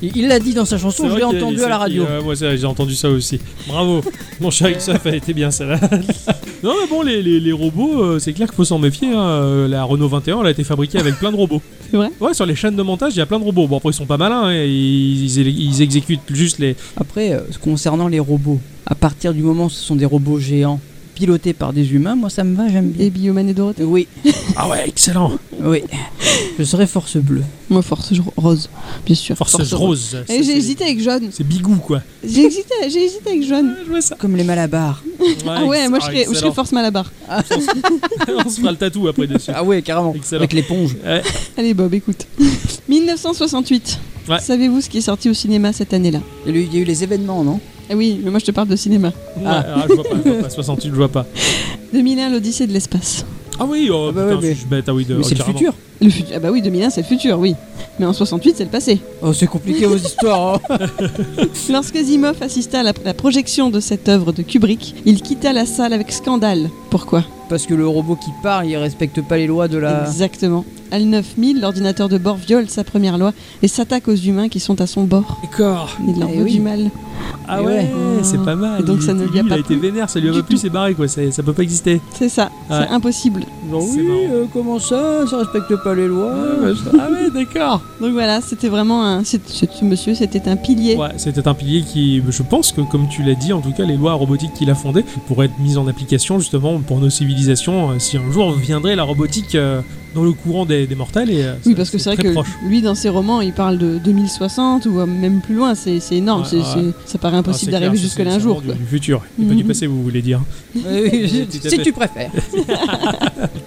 Speaker 3: Il il l'a dit dans sa
Speaker 1: C'est
Speaker 3: chanson, je
Speaker 1: vrai
Speaker 3: l'ai
Speaker 1: qu'il y a-
Speaker 3: entendu
Speaker 1: c'est-
Speaker 3: à la radio.
Speaker 1: euh, moi, ça, j'ai entendu ça aussi. Bravo, (laughs) mon cher Ixoff, elle était bien celle-là. (laughs) non, mais bon, les, les- les robots, euh, c'est clair qu'il faut s'en méfier. hein. Euh, La Renault 21, elle a été fabriquée avec plein de robots.
Speaker 2: C'est vrai
Speaker 1: Ouais, sur les chaînes de montage, il y a plein de robots. Bon, après, ils sont pas malins, hein. ils, ils- ils exécutent juste les.
Speaker 3: Après, euh, concernant les robots, à partir du moment où ce sont des robots géants pilotés par des humains, moi ça me va, j'aime bien.
Speaker 2: Et Bioman et Dorothée
Speaker 3: Oui,
Speaker 1: Ah ouais, excellent
Speaker 3: oui. Je serais force bleue.
Speaker 2: Moi, Force Rose, bien sûr.
Speaker 1: Force, Rose. Ça,
Speaker 2: Et
Speaker 1: c'est-
Speaker 2: Eh, j'ai hésité avec Jaune.
Speaker 1: C'est Bigou, quoi.
Speaker 2: J'ai hésité, j'ai hésité avec Jaune.
Speaker 1: Ouais, je vois ça.
Speaker 3: Comme les Malabar.
Speaker 2: Ah ouais, moi je serais, je serais
Speaker 1: excellent.
Speaker 2: Force Malabar.
Speaker 1: (laughs) On se fera le tatou après dessus.
Speaker 3: Ah ouais, carrément.
Speaker 1: Excellent.
Speaker 3: Avec l'éponge.
Speaker 1: Ouais.
Speaker 2: (laughs) Allez
Speaker 1: (laughs)
Speaker 2: Bob, écoute. 1968.
Speaker 1: Ouais.
Speaker 2: Savez-vous ce qui est sorti au cinéma cette année-là
Speaker 3: Il y a eu- il y a eu les événements, non
Speaker 2: Ah oui, mais moi je te parle de cinéma.
Speaker 1: Ah, ah, je vois pas, je vois pas. 68, je vois pas.
Speaker 2: 2001, l'Odyssée de l'espace.
Speaker 1: Ah oui, oh,
Speaker 3: Ah bah
Speaker 1: putain,
Speaker 3: ouais, mais-
Speaker 1: je suis bête. Ah oui, de-
Speaker 3: Mais c'est le
Speaker 1: carrément.
Speaker 3: futur.
Speaker 2: Le futur. Ah bah oui, 2001 c'est le futur, oui. Mais en 68 c'est le passé.
Speaker 3: Oh, c'est compliqué vos histoires. hein. (laughs)
Speaker 2: Lorsque Zimov assista à la, la projection de cette œuvre de Kubrick, il quitta la salle avec scandale. Pourquoi
Speaker 3: Parce que le robot qui parle, il respecte pas les lois de la.
Speaker 2: Exactement. Al 9000, l'ordinateur de bord viole sa première loi et s'attaque aux humains qui sont à son bord.
Speaker 1: D'accord.
Speaker 2: Il leur
Speaker 3: Eh
Speaker 2: veut
Speaker 3: oui.
Speaker 2: du mal.
Speaker 1: Ah
Speaker 3: Et
Speaker 1: ouais,
Speaker 2: ouais.
Speaker 1: c'est pas mal.
Speaker 2: Et donc,
Speaker 1: Il-
Speaker 2: ça ne lui a pas
Speaker 1: Il a été
Speaker 2: plu
Speaker 1: vénère, ça lui a
Speaker 2: du
Speaker 1: pas plu,
Speaker 2: tout.
Speaker 1: c'est barré quoi, c'est- ça peut pas exister.
Speaker 2: C'est ça,
Speaker 1: Ouais.
Speaker 2: c'est impossible.
Speaker 3: Genre,
Speaker 1: C'est
Speaker 3: oui,
Speaker 1: marrant.
Speaker 3: euh, comment ça Ça respecte pas les lois
Speaker 2: euh, bah,
Speaker 1: Ah ouais, d'accord.
Speaker 2: Donc voilà, c'était vraiment un. c'est- Ce ce monsieur, c'était un pilier.
Speaker 1: Ouais, c'était un pilier qui, je pense que comme tu l'as dit, en tout cas, les lois robotiques qu'il a fondées pourraient être mises en application justement pour nos civilisations euh, si un jour viendrait la robotique euh, dans le courant des, des mortels. Et, euh,
Speaker 2: Oui,
Speaker 1: c'est-
Speaker 2: parce que c'est vrai
Speaker 1: très
Speaker 2: que
Speaker 1: proche.
Speaker 2: lui, dans ses romans, il parle de 2060 ou même plus loin, c'est c'est énorme,
Speaker 1: Ouais,
Speaker 2: c'est-
Speaker 1: ouais.
Speaker 2: c'est- ça paraît impossible
Speaker 1: Ah, c'est
Speaker 2: d'arriver
Speaker 1: clair, ça,
Speaker 2: jusque-là
Speaker 1: c'est
Speaker 2: un jour.
Speaker 1: vraiment
Speaker 2: quoi.
Speaker 1: Du, du futur, et pas du
Speaker 2: Mhm.
Speaker 1: passé, vous voulez dire.
Speaker 3: Ah
Speaker 1: (laughs)
Speaker 3: Oui, (laughs)
Speaker 1: Tout à
Speaker 3: Si
Speaker 1: fait.
Speaker 3: tu préfères.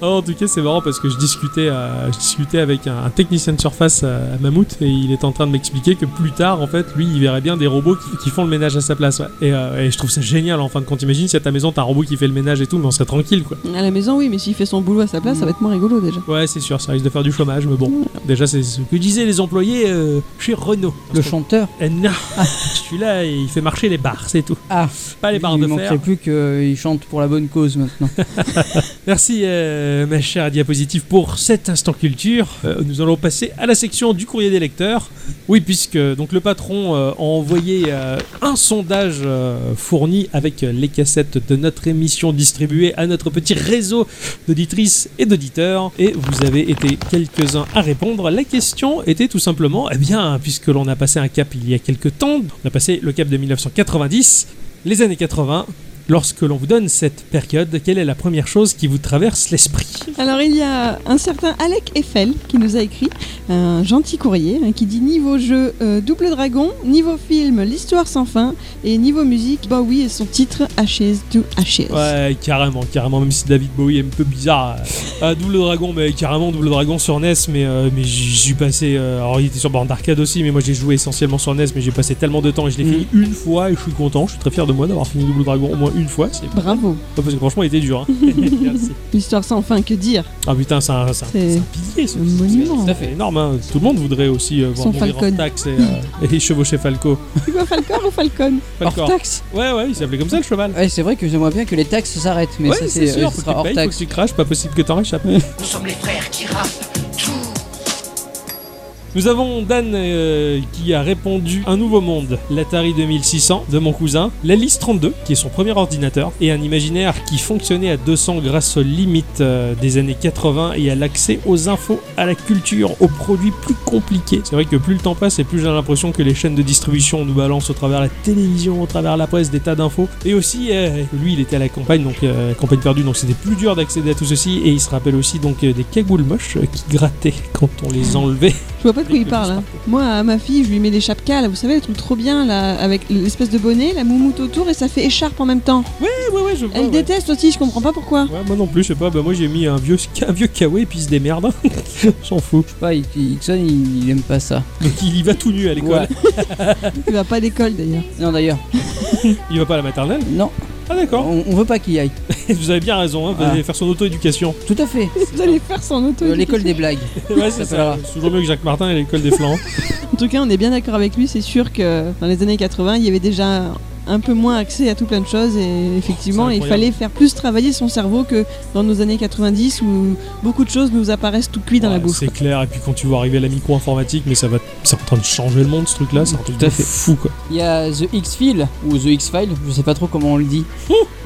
Speaker 1: Ah, en tout cas, c'est marrant parce que je discutais, euh, je discutais avec un, un technicien de surface euh, à Mammouth et il est en train de m'expliquer que plus tard, en fait, lui, il verrait bien des robots qui, qui font le ménage à sa place. ouais. Et, euh, et je trouve ça génial en fin de compte. Imagine si à ta maison, t'as un robot qui fait le ménage et tout, mais on serait tranquille quoi.
Speaker 2: À la maison, oui, mais s'il fait son boulot à sa place, ça va être moins rigolo déjà.
Speaker 1: Ouais, c'est sûr, ça risque de faire du chômage, mais bon. Déjà, c'est ce que disaient les employés euh, chez Renault.
Speaker 3: Le chanteur.
Speaker 1: Eh non, (laughs) celui-là, il fait marcher les bars, c'est tout.
Speaker 3: Ah,
Speaker 1: Pas les barres
Speaker 3: il
Speaker 1: de fer.
Speaker 3: manquerait plus qu'il chante pour la bonne
Speaker 1: (laughs)
Speaker 3: cause maintenant.
Speaker 1: Merci, euh, ma chère diapositive, pour cet instant culture. Euh, nous allons passer à la section du courrier des lecteurs. Oui, puisque donc le patron euh, a envoyé euh, un sondage euh, fourni avec euh, les cassettes de notre émission distribuées à notre petit réseau d'auditrices et d'auditeurs. Et vous avez été quelques-uns à répondre. La question était tout simplement, eh bien, puisque l'on a passé un cap il y a quelques temps, on a passé le cap de 1990, les années 80, Lorsque l'on vous donne cette période, quelle est la première chose qui vous traverse l'esprit
Speaker 2: Alors il y a un certain Alec Eiffel qui nous a écrit un gentil courrier hein, qui dit niveau jeu euh, Double Dragon, niveau film L'Histoire sans fin et niveau musique Bowie et son titre Ashes to Ashes.
Speaker 1: Ouais, carrément, carrément, même si David Bowie est un peu bizarre. Euh, euh, double Dragon, mais carrément Double Dragon sur NES, mais, euh, mais j'y j'y passais. euh, alors il était sur bande d'arcade aussi, mais moi j'ai joué essentiellement sur NES, mais j'ai passé tellement de temps et je l'ai
Speaker 3: Mm.
Speaker 1: fini une fois et je suis content, je suis très fier de moi d'avoir fini Double Dragon au moins une fois. C'est
Speaker 2: Bravo.
Speaker 1: parce que franchement il était
Speaker 2: (laughs)
Speaker 1: dur. hein. Merci.
Speaker 2: L'Histoire sans fin, que dire
Speaker 1: Ah putain, c'est un, c'est un-
Speaker 2: C'est-
Speaker 1: c'est un pilier, ce
Speaker 2: un monument.
Speaker 1: Ça fait énorme, hein. tout le monde voudrait aussi euh, voir
Speaker 2: Son
Speaker 1: mourir
Speaker 2: Falcon.
Speaker 1: Hortax et,
Speaker 2: (laughs)
Speaker 1: euh, et chevaucher Falco.
Speaker 2: Tu vois Falcor
Speaker 1: (laughs)
Speaker 2: ou Falcon
Speaker 1: Falcor.
Speaker 3: Hors taxe
Speaker 1: Ouais, ouais, il s'appelait comme ça le cheval.
Speaker 3: Ouais, c'est vrai que j'aimerais bien que les taxes s'arrêtent, mais
Speaker 1: ouais,
Speaker 3: ça
Speaker 1: c'est
Speaker 3: c'est
Speaker 1: sûr,
Speaker 3: euh, ce
Speaker 1: faut que
Speaker 3: sera
Speaker 1: tu
Speaker 3: hors
Speaker 1: payes, faut que
Speaker 3: taxe.
Speaker 1: tu craches, pas possible que t'en réchappes.
Speaker 5: Nous sommes les frères qui rappent tout.
Speaker 1: Nous avons Dan euh, qui a répondu Un nouveau monde, l'Atari 2600 de mon cousin, l'Alice 32 qui est son premier ordinateur et un imaginaire qui fonctionnait à 200 grâce aux limites euh, des années 80 et à l'accès aux infos, à la culture, aux produits plus compliqués. C'est vrai que plus le temps passe et plus j'ai l'impression que les chaînes de distribution nous balancent au travers la télévision, au travers la presse, des tas d'infos. Et aussi, euh, lui il était à la campagne, donc euh, campagne perdue, donc c'était plus dur d'accéder à tout ceci et il se rappelle aussi donc euh, des cagoules moches euh, qui grattaient quand on les enlevait.
Speaker 2: Je vois pas de quoi
Speaker 1: Et
Speaker 2: il
Speaker 1: que
Speaker 2: parle.
Speaker 1: je
Speaker 2: hein. Moi, à ma fille, je lui mets des chapkas, là, vous savez, le truc trop bien, là, avec l'espèce de bonnet, la moumoute autour et ça fait écharpe en même temps.
Speaker 1: Ouais, ouais, je vois,
Speaker 2: Elle
Speaker 1: Ah ouais.
Speaker 2: déteste aussi, je comprends pas pourquoi.
Speaker 1: Ouais, moi non plus, je sais pas. Bah, moi j'ai mis un vieux, un vieux kawaii et puis il se démerde. (laughs) S'en fout.
Speaker 3: Je sais pas, il- il- Ixon il, il aime pas ça.
Speaker 1: Donc il y va tout nu à l'école.
Speaker 3: Ouais.
Speaker 2: Il va pas à l'école d'ailleurs.
Speaker 3: Non d'ailleurs,
Speaker 1: Il va pas à la maternelle.
Speaker 3: non,
Speaker 1: Ah d'accord.
Speaker 3: on, on veut pas qu'il y aille.
Speaker 1: (laughs) Vous avez bien raison, hein, vous
Speaker 3: Ah.
Speaker 1: allez faire son auto-éducation.
Speaker 3: Tout
Speaker 1: (laughs)
Speaker 3: à fait.
Speaker 2: Vous allez faire son auto.
Speaker 3: Euh, L'école des blagues.
Speaker 1: ouais,
Speaker 3: Ça
Speaker 1: c'est ça.
Speaker 3: s'appellera.
Speaker 1: C'est toujours mieux que Jacques Martin et l'école des flancs.
Speaker 2: En tout cas, on est bien d'accord avec lui, c'est sûr que dans les années 80, il y avait déjà un peu moins accès à tout plein de choses et effectivement
Speaker 1: C'est
Speaker 2: il
Speaker 1: incroyable.
Speaker 2: fallait faire plus travailler son cerveau que dans nos années 90 où beaucoup de choses nous apparaissent tout cuit dans la
Speaker 1: Ouais,
Speaker 2: bouche.
Speaker 1: C'est clair, et puis quand tu vois arriver la micro-informatique, mais ça va, c'est en train de changer le monde ce truc-là, c'est un truc
Speaker 3: Tout à
Speaker 1: de
Speaker 3: fait.
Speaker 1: fou quoi.
Speaker 3: Il y a The X-File, ou The X-File, je sais pas trop comment on le dit.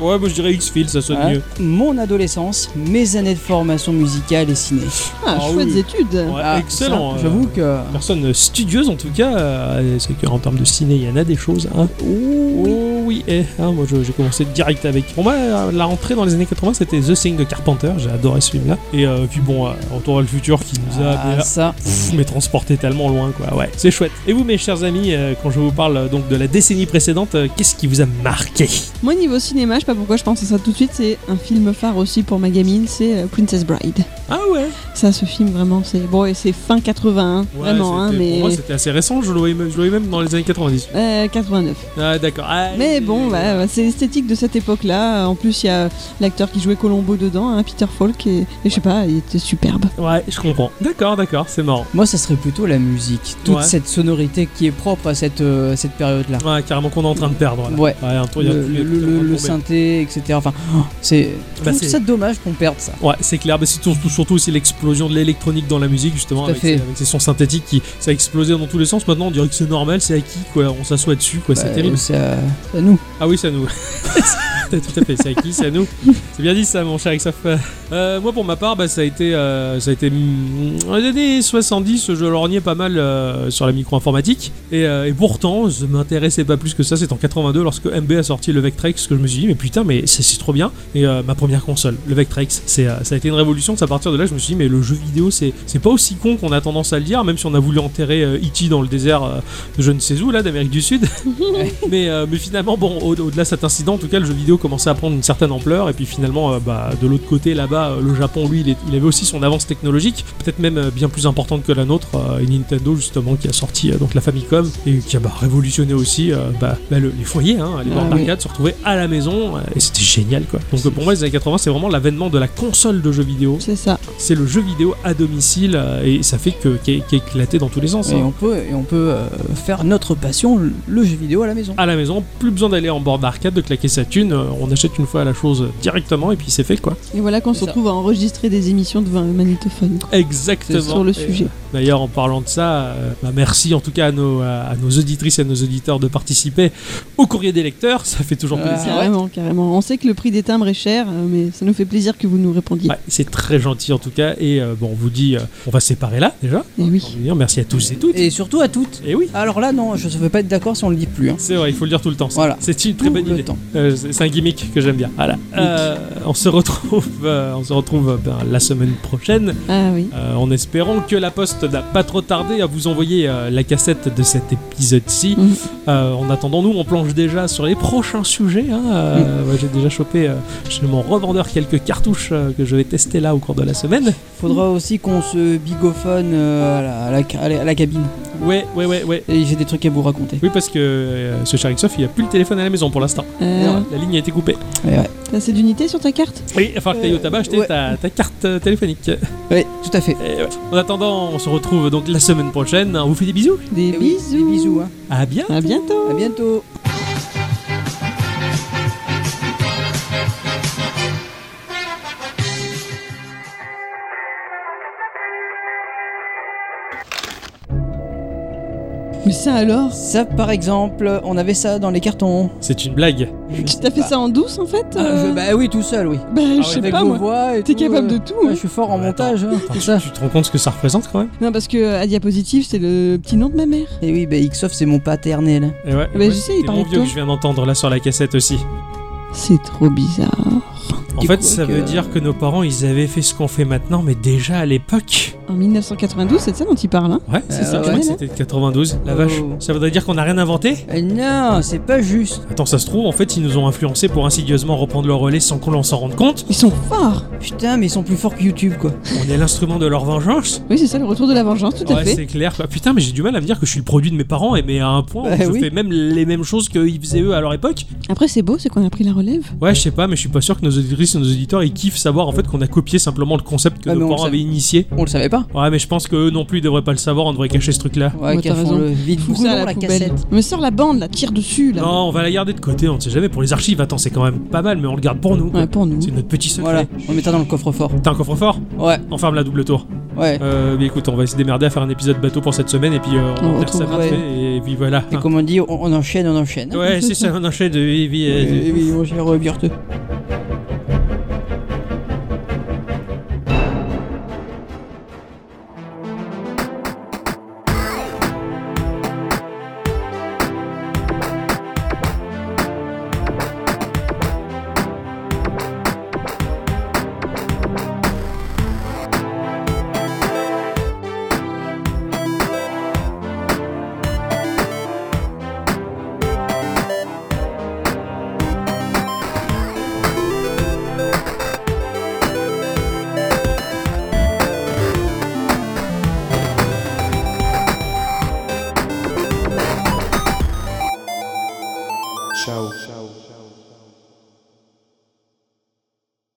Speaker 1: Ouais, moi je dirais X-Field, ça sonne
Speaker 3: Hein.
Speaker 1: mieux.
Speaker 3: Mon adolescence, mes années de formation musicale et ciné.
Speaker 2: Ah,
Speaker 1: Ah
Speaker 2: chouettes
Speaker 1: oui.
Speaker 2: études.
Speaker 1: Ouais,
Speaker 3: Ah,
Speaker 1: excellent.
Speaker 3: ça,
Speaker 1: euh,
Speaker 3: J'avoue que.
Speaker 1: Personne studieuse en tout cas, euh, c'est qu'en termes de ciné, il y en a des choses. Hein. Oh oui, eh, hein, moi je- j'ai commencé direct avec. Pour moi, euh, la rentrée dans les années 80, c'était The Thing de Carpenter, j'ai adoré ce film-là. Et euh, puis bon, euh, Retour vers le futur qui nous a. mais
Speaker 3: Ah,
Speaker 1: là,
Speaker 3: ça.
Speaker 1: pff, mais transporté tellement loin quoi ouais c'est chouette et vous mes chers amis euh, quand je vous parle euh, donc de la décennie précédente euh, qu'est-ce qui vous a marqué
Speaker 2: Moi niveau cinéma, je sais pas pourquoi je pense à ça tout de suite, c'est un film phare aussi pour ma gamine, c'est euh, Princess Bride.
Speaker 1: ah ouais
Speaker 2: Ça ce film vraiment c'est bon et c'est fin 81
Speaker 1: Ouais,
Speaker 2: vraiment hein,
Speaker 1: c'était-
Speaker 2: mais
Speaker 1: Pour moi, c'était assez récent, je le voyais même, je le voyais même dans les années 90.
Speaker 2: Euh, 89.
Speaker 1: Ah, d'accord. Ah,
Speaker 2: Mais
Speaker 1: il-
Speaker 2: bon, bah, bah, c'est l'esthétique de cette époque-là. En plus, il y a l'acteur qui jouait Colombo dedans, hein, Peter Falk, et, et je sais pas, il était superbe.
Speaker 1: Ouais, je comprends. D'accord, d'accord, c'est marrant.
Speaker 3: Moi, ça serait plutôt la musique. Toute
Speaker 1: Ouais.
Speaker 3: cette sonorité qui est propre à cette, euh, cette période-là.
Speaker 1: Ouais, carrément qu'on est en train de perdre. là.
Speaker 3: Ouais.
Speaker 1: un tour, il y a
Speaker 3: Le,
Speaker 1: tous les-
Speaker 3: le- le-
Speaker 1: tout
Speaker 3: le-
Speaker 1: est
Speaker 3: le
Speaker 1: retombé.
Speaker 3: synthé, etc. Enfin, oh, c'est. Je
Speaker 1: Bah,
Speaker 3: trouve
Speaker 1: c'est-
Speaker 3: ça dommage qu'on perde ça.
Speaker 1: Ouais, c'est clair. Bah, c'est surtout, surtout aussi l'explosion de l'électronique dans la musique, justement,
Speaker 3: Tout à
Speaker 1: avec
Speaker 3: fait.
Speaker 1: ses, avec ses sons synthétiques qui ça a explosé dans tous les sens. Maintenant, on dirait que c'est normal, c'est acquis, quoi. On s'assoit dessus, quoi. c'est
Speaker 3: Bah,
Speaker 1: terrible.
Speaker 3: C'est à, c'est à nous.
Speaker 1: Ah oui, c'est à nous. (laughs) C'est Tout à fait, c'est acquis, c'est à nous. C'est bien dit ça, mon cher Xaf. Euh, moi, pour ma part, bah, ça a été, euh, ça a été mm, dans les années 70, je lorgnais pas mal euh, sur la micro-informatique. Et, euh, et pourtant, je m'intéressais pas plus que ça. C'est en 82, lorsque MB a sorti le Vectrex, que je me suis dit, mais putain, mais c'est c'est trop bien. Et euh, ma première console, le Vectrex, c'est, euh, ça a été une révolution. C'est à partir de là, que je me suis dit, mais le jeu vidéo, c'est c'est pas aussi con qu'on a tendance à le dire, même si on a voulu enterrer euh, E.T. dans le désert, euh, de je ne sais où, là, d'Amérique du Sud (laughs) mais, euh, mais finalement, bon, au- au-delà de cet incident, en tout cas, le jeu vidéo commençait à prendre une certaine ampleur. Et puis finalement, euh, bah, de l'autre côté, là-bas, euh, le Japon, lui, il, est- il avait aussi son avance technologique, peut-être même euh, bien plus importante que la nôtre. euh, et Nintendo, justement, qui a sorti euh, donc la Famicom et qui a bah, révolutionné aussi euh, bah, bah, le- les foyers, hein, les bornes
Speaker 3: Ah, oui.
Speaker 1: d'arcade, se retrouvaient à la maison. euh, et c'était génial, quoi. Donc euh, pour moi, les années 80, c'est vraiment l'avènement de la console de jeux vidéo.
Speaker 2: C'est ça.
Speaker 1: C'est le jeu vidéo à domicile euh, et ça fait que qui a éclaté dans tous les sens.
Speaker 3: Et
Speaker 1: hein.
Speaker 3: on peut, et on peut euh, faire notre passion, le- le jeu vidéo à la maison.
Speaker 1: à la maison, plus besoin d'aller en borne d'arcade, de claquer sa thune, euh, on achète une fois la chose directement et puis c'est fait quoi.
Speaker 2: Et voilà qu'on se
Speaker 3: C'est ça.
Speaker 2: retrouve à enregistrer des émissions devant un magnétophone quoi,
Speaker 1: Exactement.
Speaker 2: sur le sujet.
Speaker 1: D'ailleurs, en parlant de ça, euh, bah, merci en tout cas à nos, à, à nos auditrices et à nos auditeurs de participer au courrier des lecteurs, ça fait toujours
Speaker 3: Ah.
Speaker 1: plaisir.
Speaker 2: Carrément, carrément. On sait que le prix des timbres est cher, euh, mais ça nous fait plaisir que vous nous répondiez.
Speaker 1: Ouais, c'est très gentil en tout cas et euh, bon, on vous dit, euh, on va se séparer là déjà.
Speaker 2: Et
Speaker 1: Je
Speaker 2: Eh oui.
Speaker 1: veux dire, merci à tous et toutes.
Speaker 3: Et surtout à toutes.
Speaker 1: Et oui,
Speaker 3: Alors là, non, je ne veux pas être d'accord si on le dit plus. hein.
Speaker 1: c'est vrai, il faut le dire tout le temps. ça.
Speaker 3: Voilà.
Speaker 1: C'est une très
Speaker 3: Tout
Speaker 1: bonne
Speaker 3: le
Speaker 1: idée.
Speaker 3: temps.
Speaker 1: Euh, c'est c'est un gimmick que j'aime bien. Voilà. Euh, on se retrouve, (laughs) euh, on se retrouve euh, ben, la semaine prochaine.
Speaker 2: Ah oui.
Speaker 1: Euh, en espérant que la poste n'a pas trop tardé à vous envoyer euh, la cassette de cet épisode-ci.
Speaker 2: Mhm.
Speaker 1: Euh, en attendant, nous, on planche déjà sur les prochains sujets. hein.
Speaker 3: Mhm.
Speaker 1: Euh, ouais, J'ai déjà chopé euh, chez mon revendeur quelques cartouches euh, que je vais tester là au cours de la semaine.
Speaker 3: Faudra aussi qu'on se bigophone euh, à, la, à la ca- à la- à la cabine.
Speaker 1: Ouais, ouais, ouais, ouais.
Speaker 3: Et j'ai des trucs à vous raconter.
Speaker 1: Oui, parce que euh, ce cher Xoff, il a plus le téléphone à la maison pour l'instant.
Speaker 2: Euh,
Speaker 1: La ligne a été coupée.
Speaker 3: Ouais, ouais.
Speaker 2: T'as assez d'unités sur ta carte
Speaker 1: Oui, il va falloir que t'ailles au tabac acheter
Speaker 3: Euh, Ouais.
Speaker 1: ta, ta carte euh, téléphonique.
Speaker 3: Ouais, tout à fait.
Speaker 1: Et ouais. En attendant, on se retrouve donc la semaine prochaine. On vous fait des bisous.
Speaker 2: Des
Speaker 3: Eh oui,
Speaker 2: bisous.
Speaker 3: Des bisous. Hein.
Speaker 1: À bien.
Speaker 2: À bientôt.
Speaker 3: À bientôt.
Speaker 2: Mais ça alors
Speaker 3: Ça, par exemple, on avait ça dans les cartons.
Speaker 1: C'est une blague.
Speaker 3: Je
Speaker 2: Tu
Speaker 3: sais
Speaker 2: t'as fait
Speaker 3: pas.
Speaker 2: ça en douce en fait
Speaker 3: Bah. Ah, je-
Speaker 2: euh
Speaker 3: Bah oui, tout seul, oui.
Speaker 2: Bah, je
Speaker 1: ouais,
Speaker 2: sais
Speaker 3: Avec
Speaker 2: pas
Speaker 3: vos
Speaker 2: moi.
Speaker 3: voix et
Speaker 2: T'es
Speaker 3: tout,
Speaker 2: capable
Speaker 3: euh,
Speaker 2: de tout,
Speaker 3: ouais,
Speaker 2: hein.
Speaker 3: je suis fort en
Speaker 1: Ouais, attends,
Speaker 3: montage. hein,
Speaker 1: attends,
Speaker 3: tout
Speaker 1: tu-
Speaker 3: ça.
Speaker 1: tu te rends compte ce que ça représente quand même
Speaker 2: Non, parce que euh, à diapositive, c'est le petit nom de ma mère.
Speaker 3: Et oui, bah Xof, c'est mon paternel.
Speaker 1: Et ouais,
Speaker 2: Bah, je sais, il
Speaker 1: c'est
Speaker 2: parle
Speaker 1: mon
Speaker 2: de
Speaker 1: vieux
Speaker 2: toi.
Speaker 1: que je viens d'entendre là sur la cassette aussi.
Speaker 2: C'est trop bizarre.
Speaker 1: En
Speaker 3: Du
Speaker 1: fait,
Speaker 3: coup, euh,
Speaker 1: ça
Speaker 3: que-
Speaker 1: veut dire que nos parents, ils avaient fait ce qu'on fait maintenant, mais déjà à l'époque.
Speaker 2: En 1992, c'est de ça dont il parle, hein
Speaker 1: Ouais, c'est
Speaker 3: Euh,
Speaker 1: ça.
Speaker 3: ouais.
Speaker 1: Je crois que c'était de 92. La
Speaker 3: Oh.
Speaker 1: vache. Ça voudrait dire qu'on n'a rien inventé
Speaker 3: Eh non, c'est pas juste.
Speaker 1: Attends, ça se trouve, en fait, ils nous ont influencés pour insidieusement reprendre leur relais sans qu'on l'en s'en rende compte.
Speaker 2: Ils sont forts
Speaker 3: Putain, mais ils sont plus forts que YouTube, quoi.
Speaker 1: On est l'instrument de leur vengeance.
Speaker 2: Oui, c'est ça, le retour de la vengeance, tout à
Speaker 1: Ouais,
Speaker 2: fait.
Speaker 1: c'est clair. quoi. putain, mais j'ai du mal à me dire que je suis le produit de mes parents, et mais à un point, où
Speaker 3: Bah,
Speaker 1: je
Speaker 3: oui.
Speaker 1: fais même les mêmes choses qu'ils faisaient eux à leur époque.
Speaker 2: Après, c'est beau, c'est qu'on a pris la relève.
Speaker 1: Ouais, je sais pas, mais je suis pas sûr que nos auditrices et nos auditeurs ils kiffent savoir en fait qu'on a copié simplement le concept que
Speaker 3: Ah, mais
Speaker 1: nos
Speaker 3: on le
Speaker 1: parents
Speaker 3: savait.
Speaker 1: avaient initié.
Speaker 3: On le savait pas. pas.
Speaker 1: Ouais, mais je pense qu'eux non plus ils devraient pas le savoir, on devrait cacher ce truc-là.
Speaker 3: Ouais,
Speaker 2: Ouais,
Speaker 3: qu'elles
Speaker 2: t'as
Speaker 3: font
Speaker 2: raison.
Speaker 3: le vide.
Speaker 2: Fous ça à
Speaker 6: Brûlons
Speaker 2: la,
Speaker 6: la
Speaker 2: poubelle.
Speaker 6: cassette.
Speaker 2: Mais sors la bande, là, tire dessus, là.
Speaker 1: Non, on va la garder de côté, on ne sait jamais. Pour les archives, attends, c'est quand même pas mal, mais on le garde pour nous. quoi.
Speaker 2: Ouais, pour nous.
Speaker 1: C'est notre petit secret.
Speaker 3: Voilà, on mettra dans le coffre-fort.
Speaker 1: T'as un coffre-fort
Speaker 3: Ouais,
Speaker 1: On ferme la double tour.
Speaker 3: ouais.
Speaker 1: Euh, mais écoute, on va se démerder à faire un épisode bateau pour cette semaine et puis euh, on,
Speaker 2: On
Speaker 1: enterre ça vite
Speaker 3: retrouvera,
Speaker 1: fait, et puis voilà.
Speaker 3: Et comme on dit, on, on enchaîne, hein. on enchaîne. (laughs)
Speaker 1: Ouais, c'est ça, on enchaîne. et puis, euh,
Speaker 3: Euh, oui, mon cher euh, Burt.